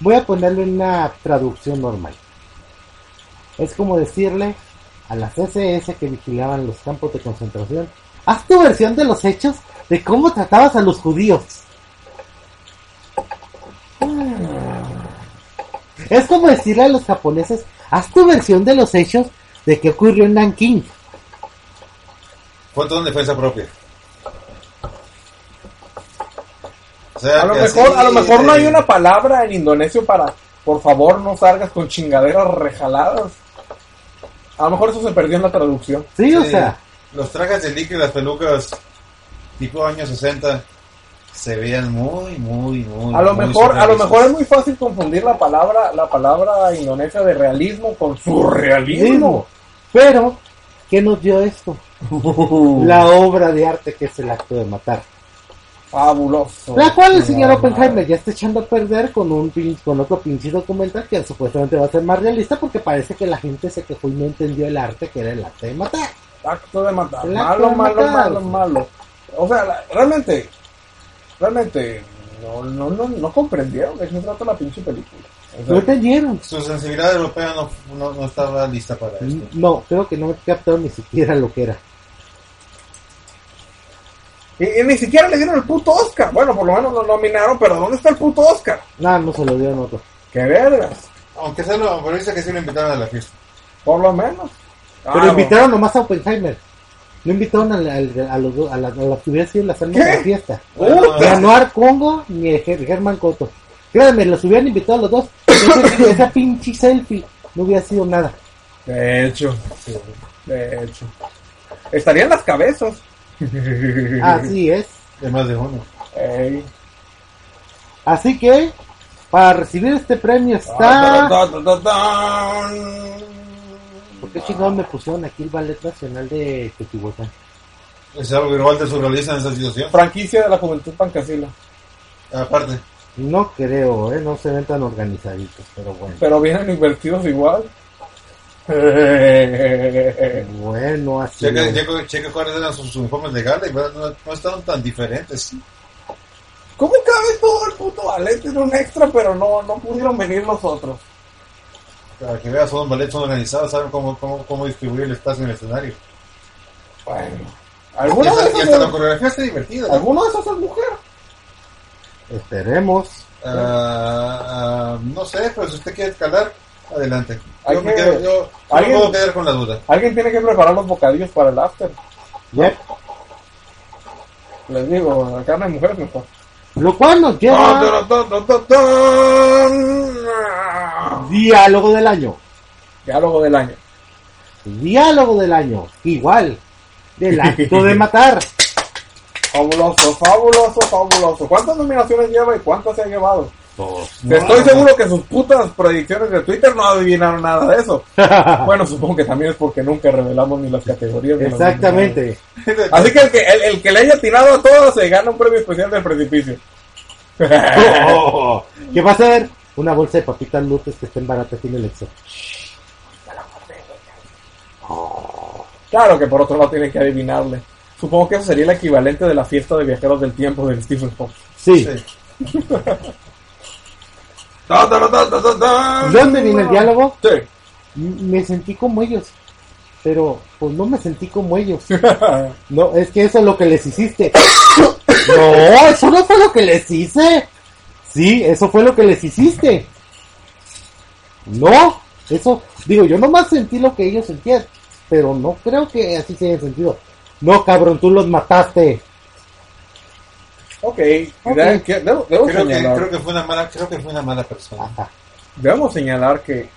Voy a ponerle una traducción normal. Es como decirle a las SS que vigilaban los campos de concentración: Haz tu versión de los hechos de cómo tratabas a los judíos. Ah. Es como decirle a los japoneses: Haz tu versión de los hechos de qué ocurrió en Nankín.
Fue toda una defensa propia. O sea,
A lo
que
mejor,
así,
a lo mejor no hay
eh,
una palabra en indonesio para, por favor, no salgas con chingaderas rejaladas. A lo mejor eso se perdió en la traducción.
Sí, o
Sí,
sea,
Los trajes de líquido y las pelucas tipo años 60 se veían muy, muy, muy.
A lo
muy
mejor, a lo
surrealistas.
mejor es muy fácil confundir la palabra, la palabra indonesia de realismo con surrealismo.
mismo. Pero, ¿qué nos dio esto? La obra de arte que es el acto de matar.
Fabuloso.
La cual el señor
No,
Oppenheimer ya está echando a perder con un pin- con otro pinche documental que supuestamente va a ser más realista porque parece que la gente se quejó y no entendió el arte que era el arte de matar.
no, Acto de matar.
El
Malo,
acto de
malo,
matar.
malo, malo. O sea, la- realmente, realmente, no, no, no, no comprendieron de qué se trata la pinche película. O
No
sea,
entendieron.
Su sensibilidad europea no, no, no estaba lista para
Mm.
esto.
No, creo que no me captaron ni siquiera lo que era.
y- y ni siquiera le dieron el puto Oscar. Bueno, por lo menos lo nominaron, pero ¿dónde está el puto Oscar?
Nada, no se lo dieron otro.
¡Qué vergas!
Aunque sea lo, pero dice que sí lo invitaron a la fiesta.
Por lo menos.
Pero
Ah,
invitaron nomás a Oppenheimer. No invitaron al- al- a, los, do- a, la- a las que hubieran sido las almas de la
¿Qué? Ah.
fiesta.
Uh,
Bueno,
Ni a Noar Congo ni a Ger- Germán Coto. Créanme, los hubieran invitado a los dos. Ese- esa pinche selfie no hubiera sido nada.
De hecho, de hecho. Estarían las cabezas.
[LAUGHS] Así es.
de más de uno.
Ey,
Así que, para recibir este premio
Ah,
está... ¿Por qué chingón me pusieron aquí el Ballet Nacional de Teotihuacán?
Es algo igual de surrealista en esa situación.
Franquicia de la Juventud Pancasila.
Aparte,
No creo, ¿eh? No se ven tan organizaditos, pero bueno.
Pero vienen invertidos igual. [LAUGHS]
Bueno, así...
checa,
lo-
checa- checa cuáles eran sus uniformes legales, ¿verdad? no, no estaban tan diferentes.
¿Cómo cabe todo el puto ballet en un extra, pero no, no pudieron venir los otros?
Para que veas, son ballets, son organizados, saben cómo, cómo, cómo distribuir el espacio en el escenario.
Bueno.
Y
¿Alguno de,
hasta,
esos
y hasta la
es,
coreografía está divertida.
¿Alguno de esos es mujer?
Esperemos.
Ah, ah, no sé, pero si usted quiere escalar, adelante.
Hay
Yo me
que-
quedo, yo, yo
hay
me puedo
que-
quedar con la duda.
Alguien tiene que preparar los bocadillos para el after.
Yep.
Les digo, la carne de mujer mejor.
Lo cual nos lleva... Diálogo del año.
Diálogo del año.
Diálogo del año. Igual. Del acto de matar.
Fabuloso, fabuloso, fabuloso. ¿Cuántas nominaciones lleva y cuántas se ha llevado?
No,
Estoy
no,
seguro que sus putas predicciones de Twitter no adivinaron nada de
[LAUGHS]
eso. Bueno, supongo que también es porque nunca revelamos ni las categorías. ni las
Exactamente.
nominaciones. Así que el que, el, el que le haya tirado a todas se gana un premio especial del precipicio. [LAUGHS]
¿Qué va a ser? Una bolsa de papitas luces que estén baratas tiene el exo.
Claro que por otro lado tiene que adivinarle. Supongo que eso sería el equivalente de la fiesta de viajeros del tiempo de Stephen Hawking.
Sí.
Sí.
¿De ¿Dónde viene el diálogo?
Sí.
M- Me sentí como ellos. Pero pues no me sentí como ellos. [LAUGHS] No, es que eso es lo que les hiciste. [COUGHS] No, eso no fue lo que les hice. Sí, eso fue lo que les hiciste. No, eso, digo, yo nomás sentí lo que ellos sentían, pero no creo que así se haya sentido. No, cabrón, tú los mataste.
ok.
Ok.
Debo- que- debo- debo
Creo que,
señalar-
creo que fue una mala, creo que fue una mala persona.
Ajá.
debemos señalar que,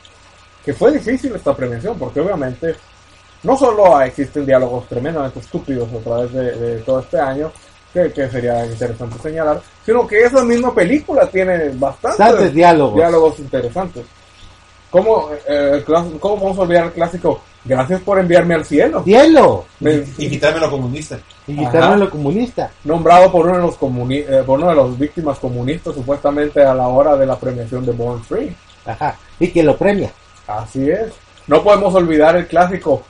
que fue difícil esta premiación, porque obviamente no solo existen diálogos tremendamente estúpidos a través de, de todo este año, que, que sería interesante señalar, sino que esa misma película tiene
Tantos
bastantes
diálogos.
diálogos interesantes. ¿Cómo, eh, el clas- ¿Cómo vamos a olvidar el clásico? Gracias por enviarme al cielo.
Cielo.
Me-
Y quitarme lo comunista.
Y
Ajá.
quitaron lo comunista.
nombrado por uno de los comuni- eh, por uno de los víctimas comunistas supuestamente a la hora de la premiación de Born Free.
Ajá. Y que lo premia.
Así es. No podemos olvidar el clásico,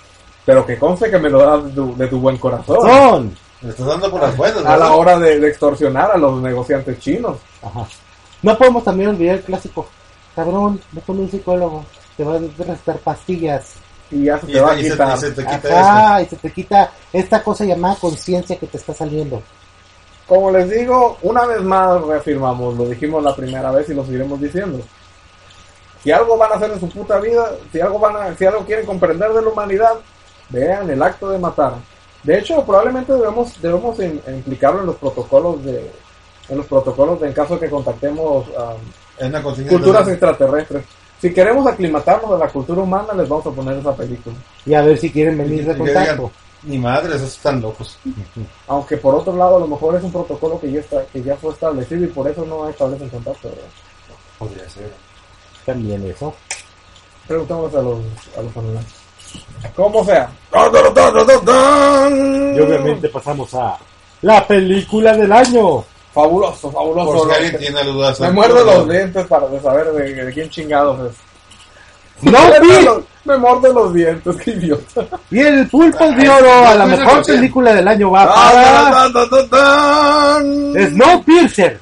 pero que conste que me lo das de tu, de tu buen corazón.
Son.
Me estás dando por las buenas,
A la
¿verdad?
hora de, de extorsionar a los negociantes chinos.
Ajá. No podemos también olvidar el clásico. Cabrón, ve con un psicólogo. Te va a restar pastillas.
Y ya se
Y,
te va a
y se,
quitar.
y se te quita
Ajá, y se te quita esta cosa llamada conciencia que te está saliendo.
Como les digo, una vez más reafirmamos, lo dijimos la primera vez y lo seguiremos diciendo. Si algo van a hacer en su puta vida, si algo van a, si algo quieren comprender de la humanidad, vean el acto de matar. De hecho, probablemente debemos, debemos in- implicarlo en los protocolos de, en los protocolos de en caso de que contactemos am,
esto. Es una consigna
culturas
de-
extraterrestres. Si queremos aclimatarnos a la cultura humana, les vamos a poner esa película.
Y a ver si quieren venir
Y
de
que digan,
contacto.
Ni madre, esos están locos.
Aunque por otro lado, a lo mejor es un protocolo que ya está, que ya fue establecido y por eso no establecen contacto. ¿verdad?
Podría ser.
También eso.
Preguntamos a los, a los anulados. Como sea.
Y obviamente pasamos a la película del año.
Fabuloso, fabuloso.
Por si
Lo-
alguien tiene dudas.
me muerdo los dientes para de saber de, de quién chingados es.
No
Me muerdo
vi.
los- me muerdo los dientes, [LAUGHS] qué idiota.
Y el pulpo de oro a la
no, no, Ah,
mejor
no, no.
película del año va para Snowpiercer.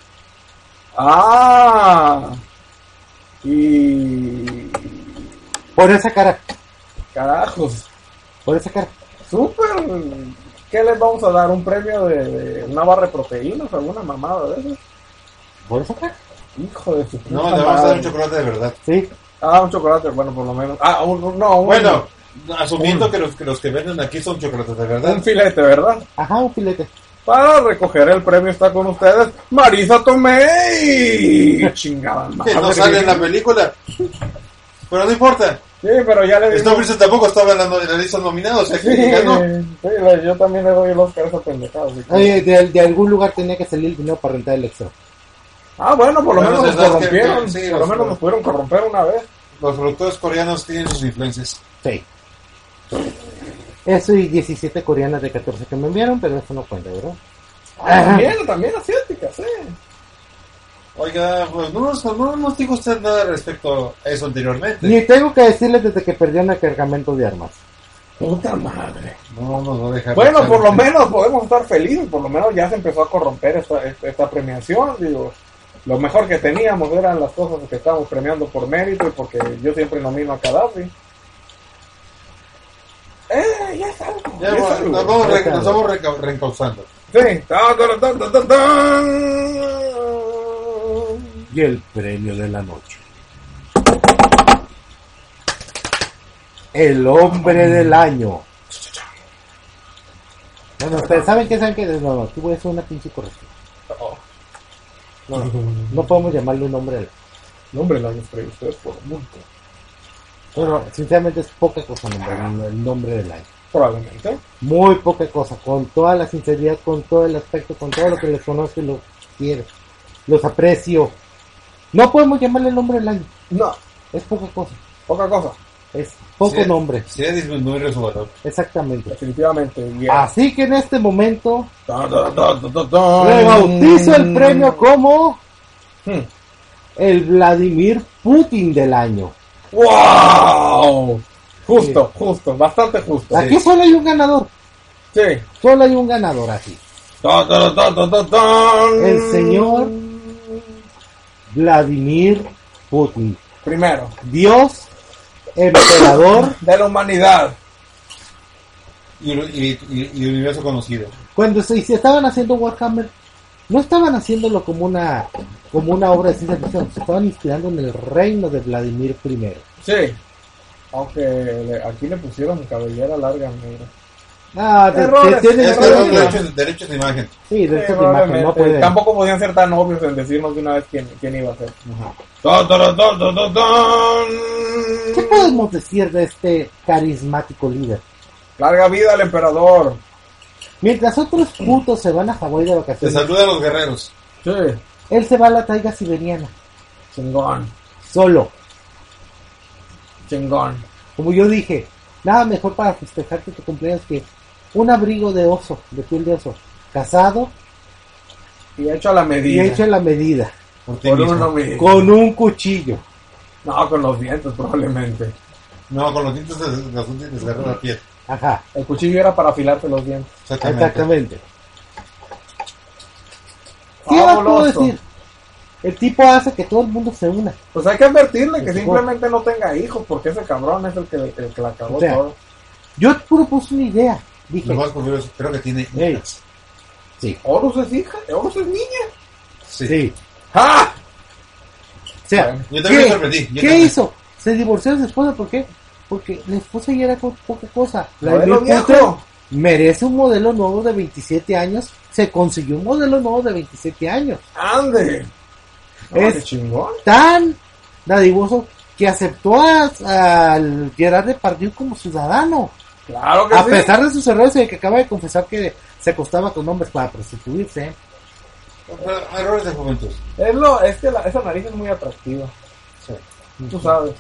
Ah. Y.
Por esa cara.
Carajos.
Por esa cara.
Super. ¿Qué les vamos a dar? ¿Un premio de, de una barra de proteínas? ¿Alguna mamada de esas?
Por esa cara.
Hijo de su puta
No, le vamos a dar
madre.
un chocolate de verdad.
Sí.
Ah, un chocolate, bueno, por lo menos. Ah, un, un- no, un,
Bueno, asumiendo que los, que los que venden aquí son chocolates de
un
verdad.
filete, ¿verdad?
Ajá, un filete.
Para recoger el premio está con ustedes Marisa Tomei. Chingada madre.
Que [LAUGHS] no sale en la película. Pero no importa.
Sí, pero ya le digo.
Snowpiercer tampoco estaba en la, en la lista ¿eh? nominada, o sea
Sí,
que ganó.
sí, la- yo también
Eh,
le doy el Oscar a esa pendejada. así que-
Oye, de, de algún lugar tenía que salir el dinero para rentar el extra.
Ah, bueno, por lo
Bueno,
menos nos
de verdad que-
corrompieron.
sí,
por lo
los-
menos nos pudieron corromper una vez.
Los productores coreanos tienen sus influencias.
Sí. Eso y 17 coreanas de 14 que me enviaron, pero eso no cuenta, ¿verdad?
Ah,
Ajá.
también, también asiáticas, sí.
Oiga, pues no nos, no nos dijo usted nada respecto a eso anteriormente.
Ni tengo que decirles desde que perdieron el cargamento de armas.
Puta madre.
No nos va a [LAUGHS] dejar.
Bueno, por lo
menos.
menos podemos estar felices. Por lo menos ya se empezó a corromper esta, esta premiación. Digo, lo mejor que teníamos eran las cosas que estábamos premiando por mérito y porque yo siempre nomino a Gaddafi. Eh, ya está.
Ya, bueno, nos vamos, re- nos vamos reca- reencauzando.
Sí. Tan, tan, tan, tan, tan, tan.
Y el premio de la noche. El hombre del año. Bueno, ustedes saben que saben que no, no, aquí voy a hacer una pinche corrección.
Oh,
No, no, no podemos llamarle un hombre. al-
no, hombre, la entrevisté por mucho.
Bueno, sinceramente es poca cosa nombrar el nombre del año.
Probablemente.
Muy poca cosa, con toda la sinceridad, con todo el aspecto, con todo lo que les conozco y los quiero. Los aprecio. No podemos llamarle el nombre del año.
No,
Es poca cosa.
poca cosa,
Es poco
Sí.
nombre.
Sería disminuir su valor.
Exactamente.
definitivamente. y-
Así que en este momento
Tan, tan, tan, tan, tan,
le
tan.
bautizo el premio como
Hmm.
el Vladimir Putin del año.
¡Wow! Justo, justo, bastante justo.
Aquí solo hay un ganador.
Sí.
Solo hay un ganador aquí.
Tan, tan, tan, tan, tan, tan.
El señor Vladimir Putin.
Primero,
Dios, emperador.
de la humanidad.
Y, y, y- y universo conocido.
Cuando se, se estaban haciendo Warhammer, no estaban haciéndolo como una como una obra de ciencia ficción. Se estaban inspirando en el reino de Vladimir I.
Sí. Aunque le- aquí le pusieron cabellera larga, mira.
Ah, te- te-
Errores,
tienes-
Este Es
errores.
que los derechos, derechos de imagen.
Sí, de
Sí,
hecho, de imagen, no
probablemente.
puede.
Tampoco podían ser tan obvios en decirnos de una vez quién, quién iba a ser.
Ajá.
Tan, tan, tan, tan, tan, tan.
¿Qué podemos decir de este carismático líder?
Larga vida al emperador.
Mientras otros putos se van a Hawái de
Te
vacaciones,
saludan los guerreros.
Sí,
él se va a la taiga siberiana,
chingón,
solo.
chingón.
Como yo dije, nada mejor para festejarte tu cumpleaños que un abrigo de oso, de piel de oso, casado
Y hecho a la
y
medida.
hecho a la medida,
Por ti
Por
mismo.
uno mismo.
con un cuchillo.
No, con los dientes probablemente.
No, con los dientes de los dientes desgarró la piel.
Ajá,
El cuchillo era para afilarte los dientes.
Exactamente.
exactamente. ¿Qué más puedo
Fabuloso.
decir? El tipo hace que todo el mundo se una.
Pues hay que advertirle que
Sí.
simplemente no tenga hijos, porque ese cabrón es el que, el que la acabó
O sea,
todo.
Yo propuse una idea. Dije,
Lo más curioso, creo que tiene.
Ey.
Horus es hija, Horus es niña.
Sí.
sí.
¡Ah!
O sea,
Bueno,
yo también
¿qué,
me sorprendí, yo
¿qué
también.
hizo? Se divorció de su esposa, ¿por qué? Porque la esposa ya era co- poca cosa. La
Modelo
Emil
viejo.
Poulter merece un modelo nuevo de 27 años. Se consiguió un modelo nuevo de 27 años.
¡Ande! No,
Es-
qué chingón.
Tan dadivoso que aceptó a- al Gerard Depardieu como ciudadano.
Claro que
A
sí.
pesar de sus errores y de que acaba de confesar que se acostaba con hombres para prostituirse. ¿eh?
Pero, Errores de juventud.
Es, lo, es que la- esa nariz es muy atractiva.
Sí.
Tú sabes.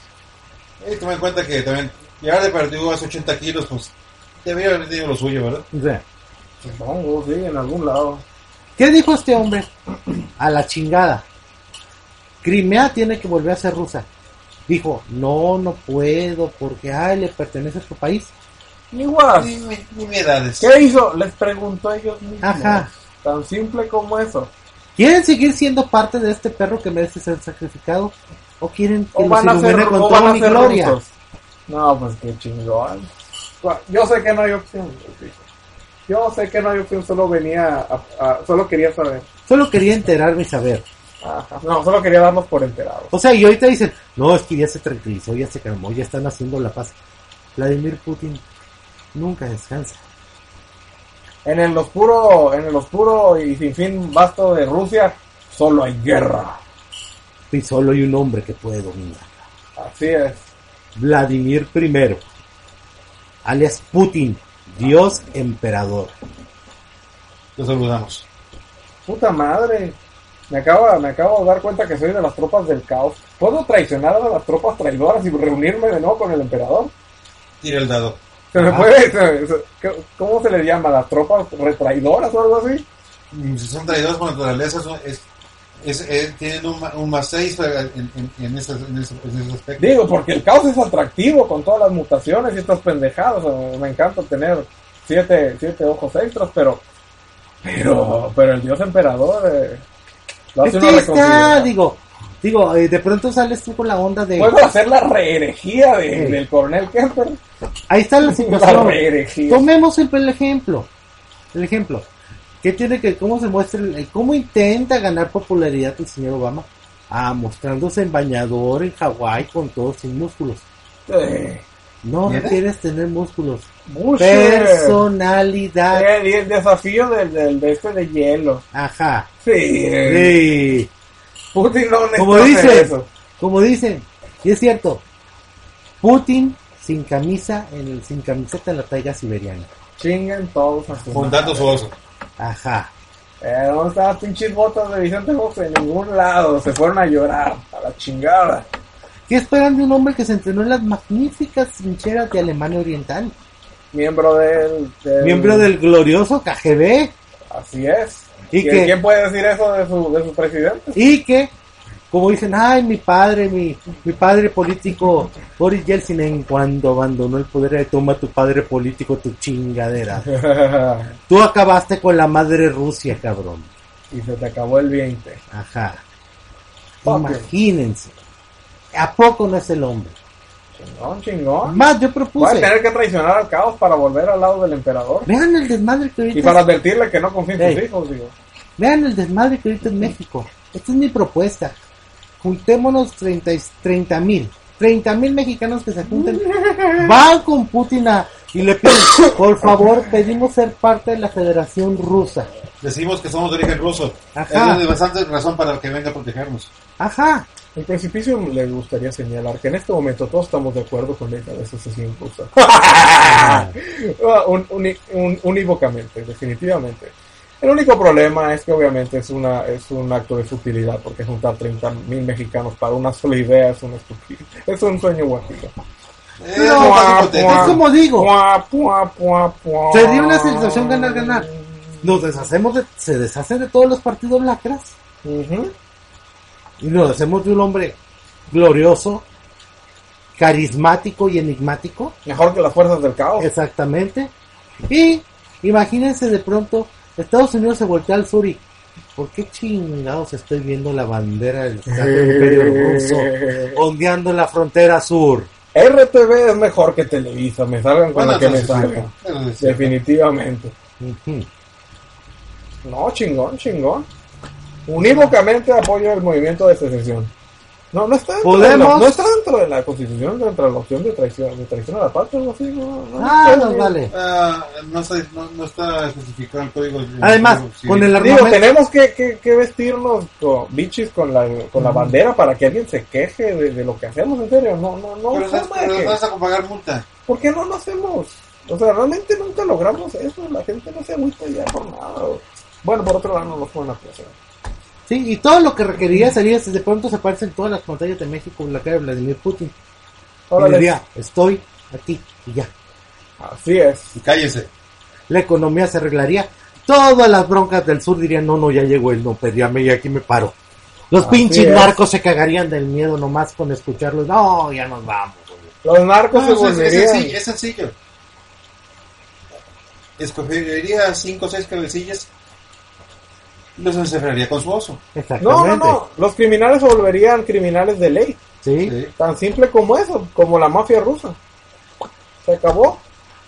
Y toma en cuenta que también llegar de partido hace 80 kilos, pues debería haber tenido lo suyo, ¿verdad?
O sea,
Supongo, sí, en algún lado.
¿Qué dijo este hombre? A la chingada. Crimea tiene que volver a ser rusa. Dijo, no, no puedo porque, ay, le pertenece a su país.
Igual.
Ni, ni, ni mi edades.
¿Qué hizo? Les preguntó a ellos mismos.
Ajá.
Tan simple como eso.
¿Quieren seguir siendo parte de este perro que merece ser sacrificado? ¿O quieren que
O
los
van a ser,
ilumine con
o
toda
van
mi
a ser
gloria?
rusos. No, pues qué chingón. Bueno, Yo sé que no hay opción. Yo sé que no hay opción, solo venía a, a- solo quería saber.
Solo quería enterarme y saber.
Ajá. No, solo quería darnos por enterados.
O sea, y ahorita dicen, no, es que ya se tranquilizó, ya se calmó, ya están haciendo la paz. Vladimir Putin nunca descansa.
En el oscuro, en el oscuro y sin fin vasto de Rusia, solo hay guerra.
Y solo hay un hombre que puede dominar.
Así es.
Vladimir I, alias Putin, Dios emperador.
Los saludamos.
Puta madre. Me acabo, me acabo de dar cuenta que soy de las tropas del caos. ¿Puedo traicionar a las tropas traidoras y reunirme de nuevo con el emperador?
Tira el dado.
¿Se me
Ah.
puede? se- se- ¿qué- ¿Cómo se le llama? ¿Las tropas retraidoras o algo así?
Mm, Si son traidores por naturaleza, son- es, es, es- tienen un, ma- un más 6 en, en, en, ese, en, ese, en ese aspecto.
Digo, porque el caos es atractivo con todas las mutaciones y estas pendejadas. o- Me encanta tener siete, siete ojos extras, pero. Pero, pero el dios emperador. eh, lo hace
Es
una
que está,
reconsiderada.
digo, digo, eh, de pronto sales tú con la onda de...
Vuelvo a hacer la reherejía de-
Sí.
del coronel Kemper.
Ahí está
[LAUGHS]
la
La
situación.
reherejía.
Tomemos siempre el ejemplo. El ejemplo. ¿Qué tiene que, cómo se muestra, el- cómo intenta ganar popularidad el señor Obama? Ah, mostrándose en bañador en Hawái con todos sin músculos.
Eh,
No
¿Neta?
quieres tener músculos.
Busher.
Personalidad.
Pues, Eh, y el desafío del, del- de este de hielo.
Ajá.
Sí, eh,
Sí.
Putin no necesita
Como
hacer
dice,
eso.
como dicen, y es cierto, Putin sin camisa, en el, sin camiseta en la taiga siberiana.
Chinguen todos a su
Juntando su oso.
Ajá.
Eh, ¿Dónde están las pinches botas de Vicente Fox? En ningún lado. Se fueron a llorar. A la chingada.
¿Qué esperan de un hombre que se entrenó en las magníficas trincheras de Alemania Oriental?
Miembro del... del-
Miembro del glorioso KGB
Así es.
¿Y
¿Y
qué?
¿Quién, quién puede decir eso de su, de su presidente? [LAUGHS]
y que, como dicen, ay, mi padre, mi, mi padre político Boris Yeltsin, en cuando abandonó el poder, de toma tu padre político tu chingadera. Tú acabaste con la madre Rusia, cabrón.
y se te acabó el 20.
Ajá.
Ok.
Imagínense. ¿A poco no es el hombre?
Chingón, chingón.
Más, yo
Va a
propuse.
tener que traicionar al caos para volver al lado del emperador.
Vean el desmadre que
Y
ahorita
para advertirle que no confíe en sus
Ey.
hijos, digo.
Vean el desmadre que ahorita en México. Esta es mi propuesta. Juntémonos 30 y- 30 mil. 30 mil mexicanos que se
[LAUGHS]
junten. Van con Putin a- y le piden, por favor, pedimos ser parte de la Federación Rusa.
Decimos que somos de origen ruso.
Ajá.
Es bastante razón para que venga a protegernos.
Ajá.
En precipicio le gustaría señalar que en este momento todos estamos de acuerdo con ella de asociación rusa. Ah. Un- uni- un- unívocamente, definitivamente. El único problema es que obviamente es una es un acto de futilidad porque juntar 30 mil mexicanos para una sola idea es una estupidez. Es un sueño guajiro.
Eh,
No,
es más
guau,
hipotético.
Es como digo,
Pua, pua, pua, pua.
Sería una sensación ganar, ganar. nos deshacemos de, se deshacen de todos los partidos lacras
Ujú.
y nos hacemos de un hombre glorioso, carismático y enigmático.
Mejor que las fuerzas del caos. [LAUGHS]
Exactamente. Y imagínense de pronto, Estados Unidos se voltea al sur y ¿por qué chingados estoy viendo la bandera del Santo
Eh.
Imperio Ruso ondeando la frontera sur?
RTV es mejor que Televisa, me salgan con
Bueno,
la que me
entonces,
salgan.
sí, eso es cierto.
Definitivamente.
Ujú.
No, chingón, chingón. Unívocamente apoyo el movimiento de secesión. No, no está dentro, de la,
Podemos-
no está dentro de la constitución, dentro de la opción de traición, de traición a la patria, algo así. No, no,
Ah,
no
nos
sé.
vale.
Ah, no, sé, no, no está especificado el código. de-
Además,
sí.
con el
Digo,
armamento...
tenemos que, que- que vestirnos con, bichis con la, con la bandera para que alguien se queje de, de lo que hacemos, en serio. No, no, no.
Pero,
forma de
no- pero
que-
no vas a pagar multa.
¿Por qué no lo hacemos? O sea, realmente nunca logramos eso. La gente no se agüita ya por nada. o- Bueno, por otro lado, no nos ponen a presión.
Sí, y todo lo que requeriría sería si de pronto se aparecen todas las pantallas de México en la cara de Vladimir Putin. Y
Órale.
diría, estoy aquí y ya.
Así es.
Y cállese.
La economía se arreglaría. Todas las broncas del sur dirían, no, no, ya llegó el no, pero ya me, ya aquí me paro. Los
Así
pinches
es.
narcos se cagarían del miedo nomás con escucharlos. No, ya nos vamos. güey".
Los narcos
No,
se
es, es
volverían.
sencillo, es sencillo. Escogería cinco o seis cabecillas y los encerraría con su oso.
No, no,
Exactamente.
no. Los criminales se volverían criminales de ley.
¿Sí?
Sí.
Tan simple como eso, como la mafia rusa. Se acabó.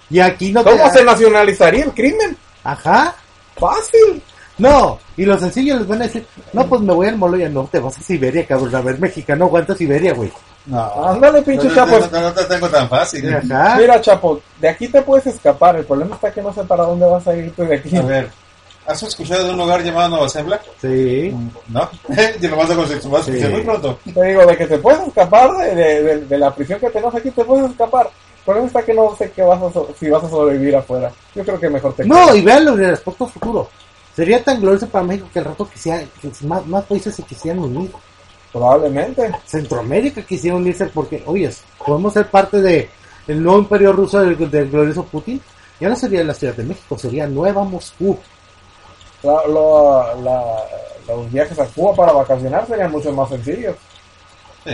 Y aquí no te
¿Cómo
da-
se nacionalizaría el crimen?
Ajá.
Fácil.
No, y los sencillos les van a decir, no, pues me voy al Moloya, no, te vas a Siberia, cabrón, a ver, mexicano, aguanta Siberia, güey.
No.
Ándale, pinche
no, no,
chapo.
no, no, no te tengo tan fácil.
Ajá.
Mira, chapo, de aquí te puedes escapar. El problema está que no sé para dónde vas a irte de aquí.
A ver, ¿has escuchado de un lugar llamado Nueva Zembla?
Sí.
No. [LAUGHS] Yo lo vas a conseguir vas a
Sí.
escuchar muy pronto.
Te digo, de que te puedes escapar de, de- de- de la prisión que tenemos aquí, te puedes escapar. El problema está que no sé qué vas a so- si vas a sobrevivir afuera. Yo creo que mejor te
No,
quedas.
y véanlo en el aspecto futuro. Sería tan glorioso para México que el rato quisiera, que más, más países se quisieran unir.
Probablemente.
Centroamérica quisiera unirse porque, oye, podemos ser parte de el nuevo imperio ruso del, del glorioso Putin. Ya no sería la Ciudad de México, sería Nueva Moscú.
La- la- la- los viajes a Cuba para vacacionar serían mucho más sencillos.
Sí.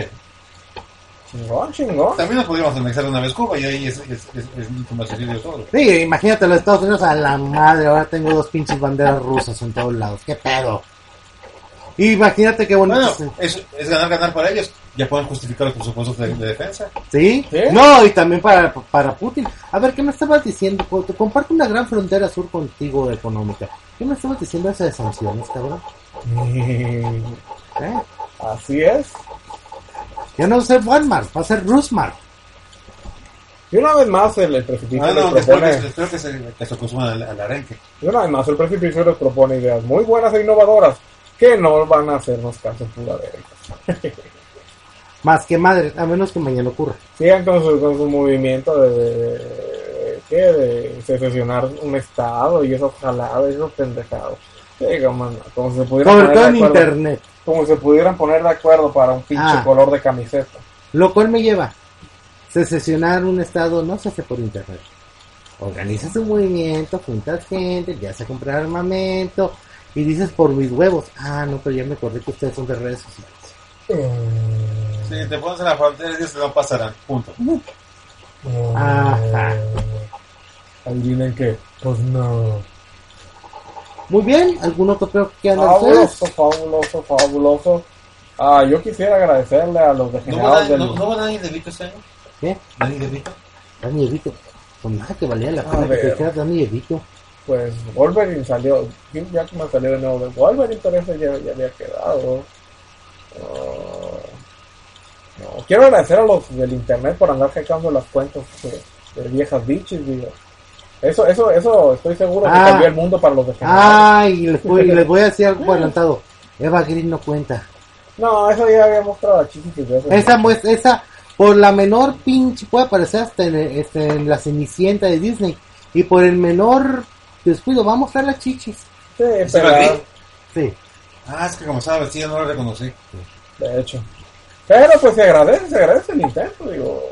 Chingón, chingón.
También nos podríamos anexar una vez Cuba y ahí es, es, es, es mucho más sencillo todo.
Sí, imagínate los Estados Unidos a la madre, ahora tengo dos pinches banderas rusas en todos lados, qué pedo. Imagínate qué bonito.
Bueno,
se-
es, es ganar, ganar para ellos. Ya pueden justificar los presupuestos de, de defensa.
¿Sí?
¿Sí?
No, y también para, para Putin. A ver, ¿qué me estabas diciendo? Co- Te comparto una gran frontera sur contigo económica. ¿Qué me estabas diciendo esa de sanciones, cabrón? ¿Eh?
Así es.
Ya no va a ser Walmart, va a ser Rusmart.
Y una vez más el, el precipicio
Ah,
les
no, que espero, que,
propone,
espero que se, que se consuman al, al arenque.
y una vez más el precipicio les propone ideas muy buenas e innovadoras que no van a hacernos caso pura verga.
Más que madre, a menos que mañana ocurra.
Sigan con su, con su movimiento de, de, de- ¿qué? de secesionar un estado y esos jalados, esos pendejados. Digo, mano, como si se pudieran
Sobre
poner
todo
de
en
acuerdo-
internet.
como si se pudieran poner de acuerdo para un pinche
Ah.
color de camiseta.
Lo cual me lleva. Secesionar un estado no se hace por internet. Organizas un movimiento, juntas gente, ya se comprar armamento y dices por mis huevos. Ah, no, pero ya me acordé que ustedes son de redes sociales.
Si te pones en la frontera y dices, no pasarán. Punto.
Ajá.
Adivinen qué. Pues no.
Muy bien, ¿algún otro creo que anda ustedes?
Fabuloso, fabuloso, fabuloso. Ah, yo quisiera agradecerle a los
¿No va,
degenerados
nadie-
del...
no, no va nadie de Vito este año?
¿Qué?
¿Nadie de Vito?
Dani Evito. Con nada que valía la
A
pena que te
ver.
dijeras Dani Evito.
Pues Wolverine salió, Hugh Jackman salió de nuevo de Wolverine, pero ese ya, ya había quedado. Ah, no. Quiero agradecer a los del internet por andar sacando las cuentas de, de viejas bichis, digo. Eso, eso, eso estoy seguro
Ah.
que cambió el mundo para los degenerados.
Ay, les voy, les voy a decir algo por adelantado. Eva Green no cuenta.
No, eso ya había mostrado a Chiqui que yo soy-
Esa muestra, esa, por la menor pinche, puede aparecer hasta en, este, en la Cenicienta de Disney. Y por el menor descuido, va a mostrar las chichis.
Sí,
¿Se
pero-
va a abrir?
Sí.
Ah, es que como estaba vestida no la reconocí.
De hecho. Pero pues se agradece, se agradece el intento, digo.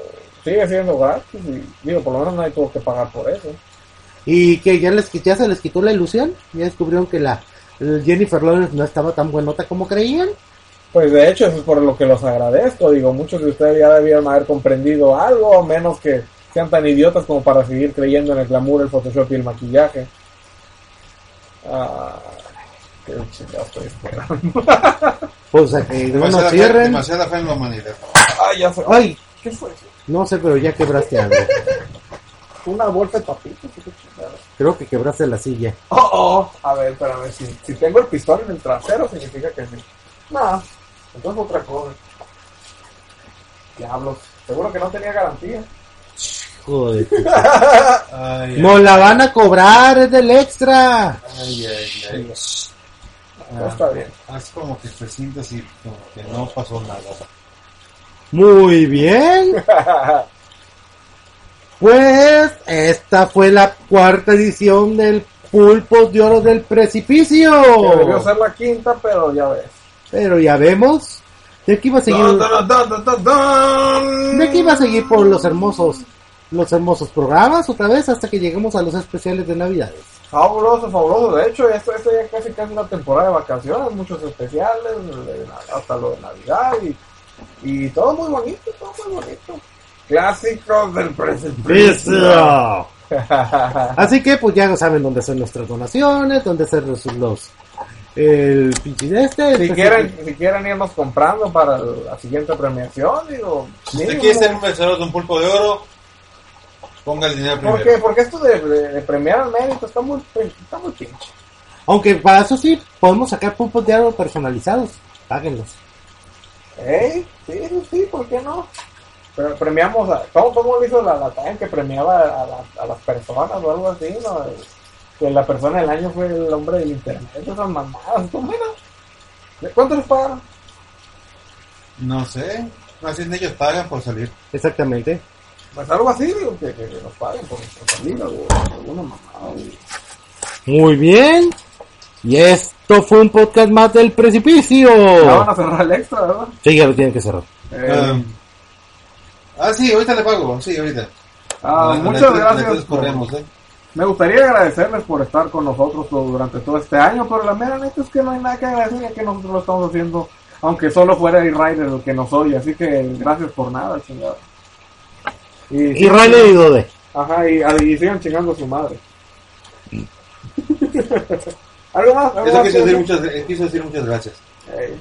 Sigue siendo gratis y digo, por lo menos nadie tuvo que pagar por eso.
Y que ya, les, ya se les quitó la ilusión. Ya descubrieron que la el Jennifer Lawrence no estaba tan buenota como creían.
Pues de hecho, eso es por lo que los agradezco, digo, muchos de ustedes ya debieron haber comprendido algo, a menos que sean tan idiotas como para seguir creyendo en el glamour, el Photoshop y el maquillaje. Ah, qué chingado estoy esperando.
Pues a que no
Demasiada
nos
fe-
cierren.
demasiada fe en la humanidad.
Ay, Ah, ya sé.
Ay,
¿Qué fue eso?
no sé, pero ya
[LAUGHS]
quebraste algo.
Una bolsa de papitas, qué chingado.
Creo que quebraste la silla.
Oh, oh, a ver, espérame, si, si tengo el pistón en el trasero significa que sí. No, entonces otra cosa. Diablos, seguro que no tenía garantía.
Joder.
Ay,
Nos la van a cobrar, es del extra.
ay, ay, ay.
No está bien. [LAUGHS]
Haz como que te sientas y como que no pasó nada.
Muy bien. Pues esta fue la cuarta edición del Pulpos de Oro del Precipicio.
Que
Oh.
debió ser la quinta, pero ya ves.
Pero ya vemos. De aquí va a seguir. De aquí va a seguir por los hermosos, los hermosos programas otra vez hasta que lleguemos a los especiales de Navidades.
Fabuloso, fabuloso. De hecho, esto, esto ya casi casi una temporada de vacaciones, muchos especiales, de na- hasta lo de Navidad y, y todo muy bonito, todo muy bonito. Clásicos del [LAUGHS] precipicio.
Así que pues ya saben dónde son nuestras donaciones, dónde hacer los, los- el pinche de este.
si
Entonces,
quieren, si quieren irnos comprando para la siguiente premiación, digo,
Si te
mínimo.
quieres ser un vencedor de un pulpo de oro, ponga el dinero primero.
porque, porque esto de, de- de premiar al mérito está muy, está muy pinche.
Aunque para eso sí, podemos sacar pulpos de oro personalizados. Páguenlos.
¿Eh? Sí, sí, sí, ¿por qué no? Pero premiamos a. ¿Cómo, cómo lo hizo la, la TAM que premiaba a, la- a las personas o algo así? ¿no? Que la persona del año fue el hombre del internet, esas mamadas. ¿Tú mira? ¿De cuánto les pagaron?
No sé. Más bien ellos pagan por salir.
Exactamente.
Pues algo así, digo, que, que, que nos paguen por nuestra salida o alguna mamada. güey.
Muy bien. Y esto fue un podcast más del precipicio.
Ya van a cerrar el extra, ¿verdad?
Sí, ya lo tienen que cerrar.
Eh,
Um, ah, sí, ahorita le pago, sí, ahorita.
ah,
Entonces,
muchas gracias.
entonces
por-
corremos, ¿eh?
Me gustaría agradecerles por estar con nosotros todo- durante todo este año, pero la mera neta es que no hay nada que agradecer, ya que nosotros lo estamos haciendo, aunque solo fuera Rider el que nos oye, así que gracias por nada, chingado.
Y Riley y Dode.
Ajá, y, ah, y sigan chingando a su madre. [LAUGHS] ¿Algo más? ¿Algo
Eso
más que
quiso decir,
decir?
muchas, eh, quiso decir muchas gracias.
Eh,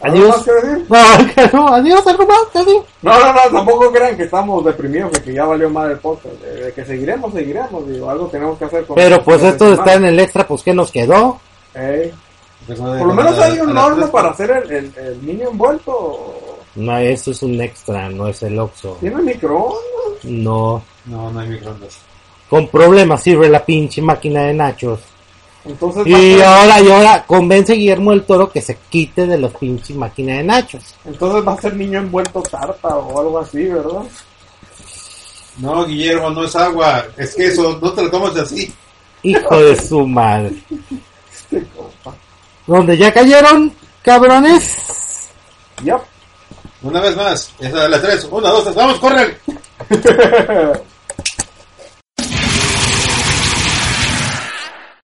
¿Algo más
Adiós.
que decir?
[LAUGHS] No, que no, adiós, algo más, adiós.
No, no, no, tampoco crean que estamos deprimidos, de que ya valió madre el podcast, eh, de que seguiremos, seguiremos, digo, algo tenemos que hacer con
Pero pues
con
esto
este
está en
mal.
el extra, pues que nos quedó.
Eh.
Recuerda
Por lo
que
menos
a-
hay
a
un
las
horno
tres-
para hacer el, el, el niño envuelto.
No, eso es un extra, no es el Oxxo.
Tiene microondas.
No.
No, no hay microondas.
Con problemas sirve la pinche máquina de nachos.
Entonces, va a
Y
ser-
ahora, y ahora, convence a Guillermo el Toro que se quite de la pinche máquina de nachos.
entonces va a ser niño envuelto tarta o algo así, ¿verdad?
No, Guillermo, no es agua, es queso, no te lo comas así.
Hijo de su madre.
[LAUGHS] Este compa.
Donde ya cayeron, cabrones.
Yep.
Una vez más, es a las tres, una, dos, tres, vamos, corre.